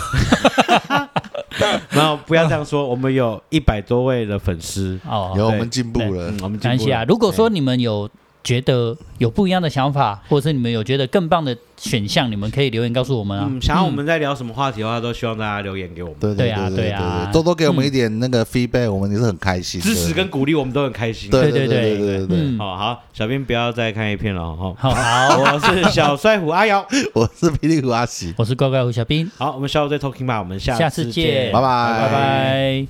Speaker 3: 然后不要这样说，我们有一百多位的粉丝，
Speaker 1: 哦，
Speaker 2: 有我
Speaker 3: 对
Speaker 2: 们进步了
Speaker 3: 嗯，，我
Speaker 1: 没
Speaker 3: 们
Speaker 1: 关系啊。
Speaker 3: 进步了
Speaker 1: 如果说你们有觉得有不一样的想法，或者是你们有觉得更棒的选项，你们可以留言告诉我们啊。
Speaker 3: 嗯，想要我们在聊什么话题的话，都希望大家留言给我们，
Speaker 2: 对
Speaker 1: 对啊
Speaker 2: 对
Speaker 1: 对
Speaker 2: 对
Speaker 1: 啊
Speaker 2: 对，多多给我们一点那个 feedback，我们也是很开心的，
Speaker 3: 嗯支持跟鼓励我们都很开心。
Speaker 2: 对
Speaker 1: 对对
Speaker 2: 对对
Speaker 3: 对
Speaker 2: 对对对，
Speaker 1: 嗯，
Speaker 3: 哦，好，小编不要再看 A 片了哦。
Speaker 1: 好，好，
Speaker 3: 我是小帅虎阿 <laughs> 瑶，
Speaker 2: 我是霹雳虎阿喜，
Speaker 1: 我是乖乖胡小兵，
Speaker 3: 好，我们下午再 talking 吧，我们
Speaker 1: 下
Speaker 3: 下
Speaker 1: 次
Speaker 3: 次
Speaker 1: 见
Speaker 3: 见，
Speaker 2: 拜拜
Speaker 1: 拜拜。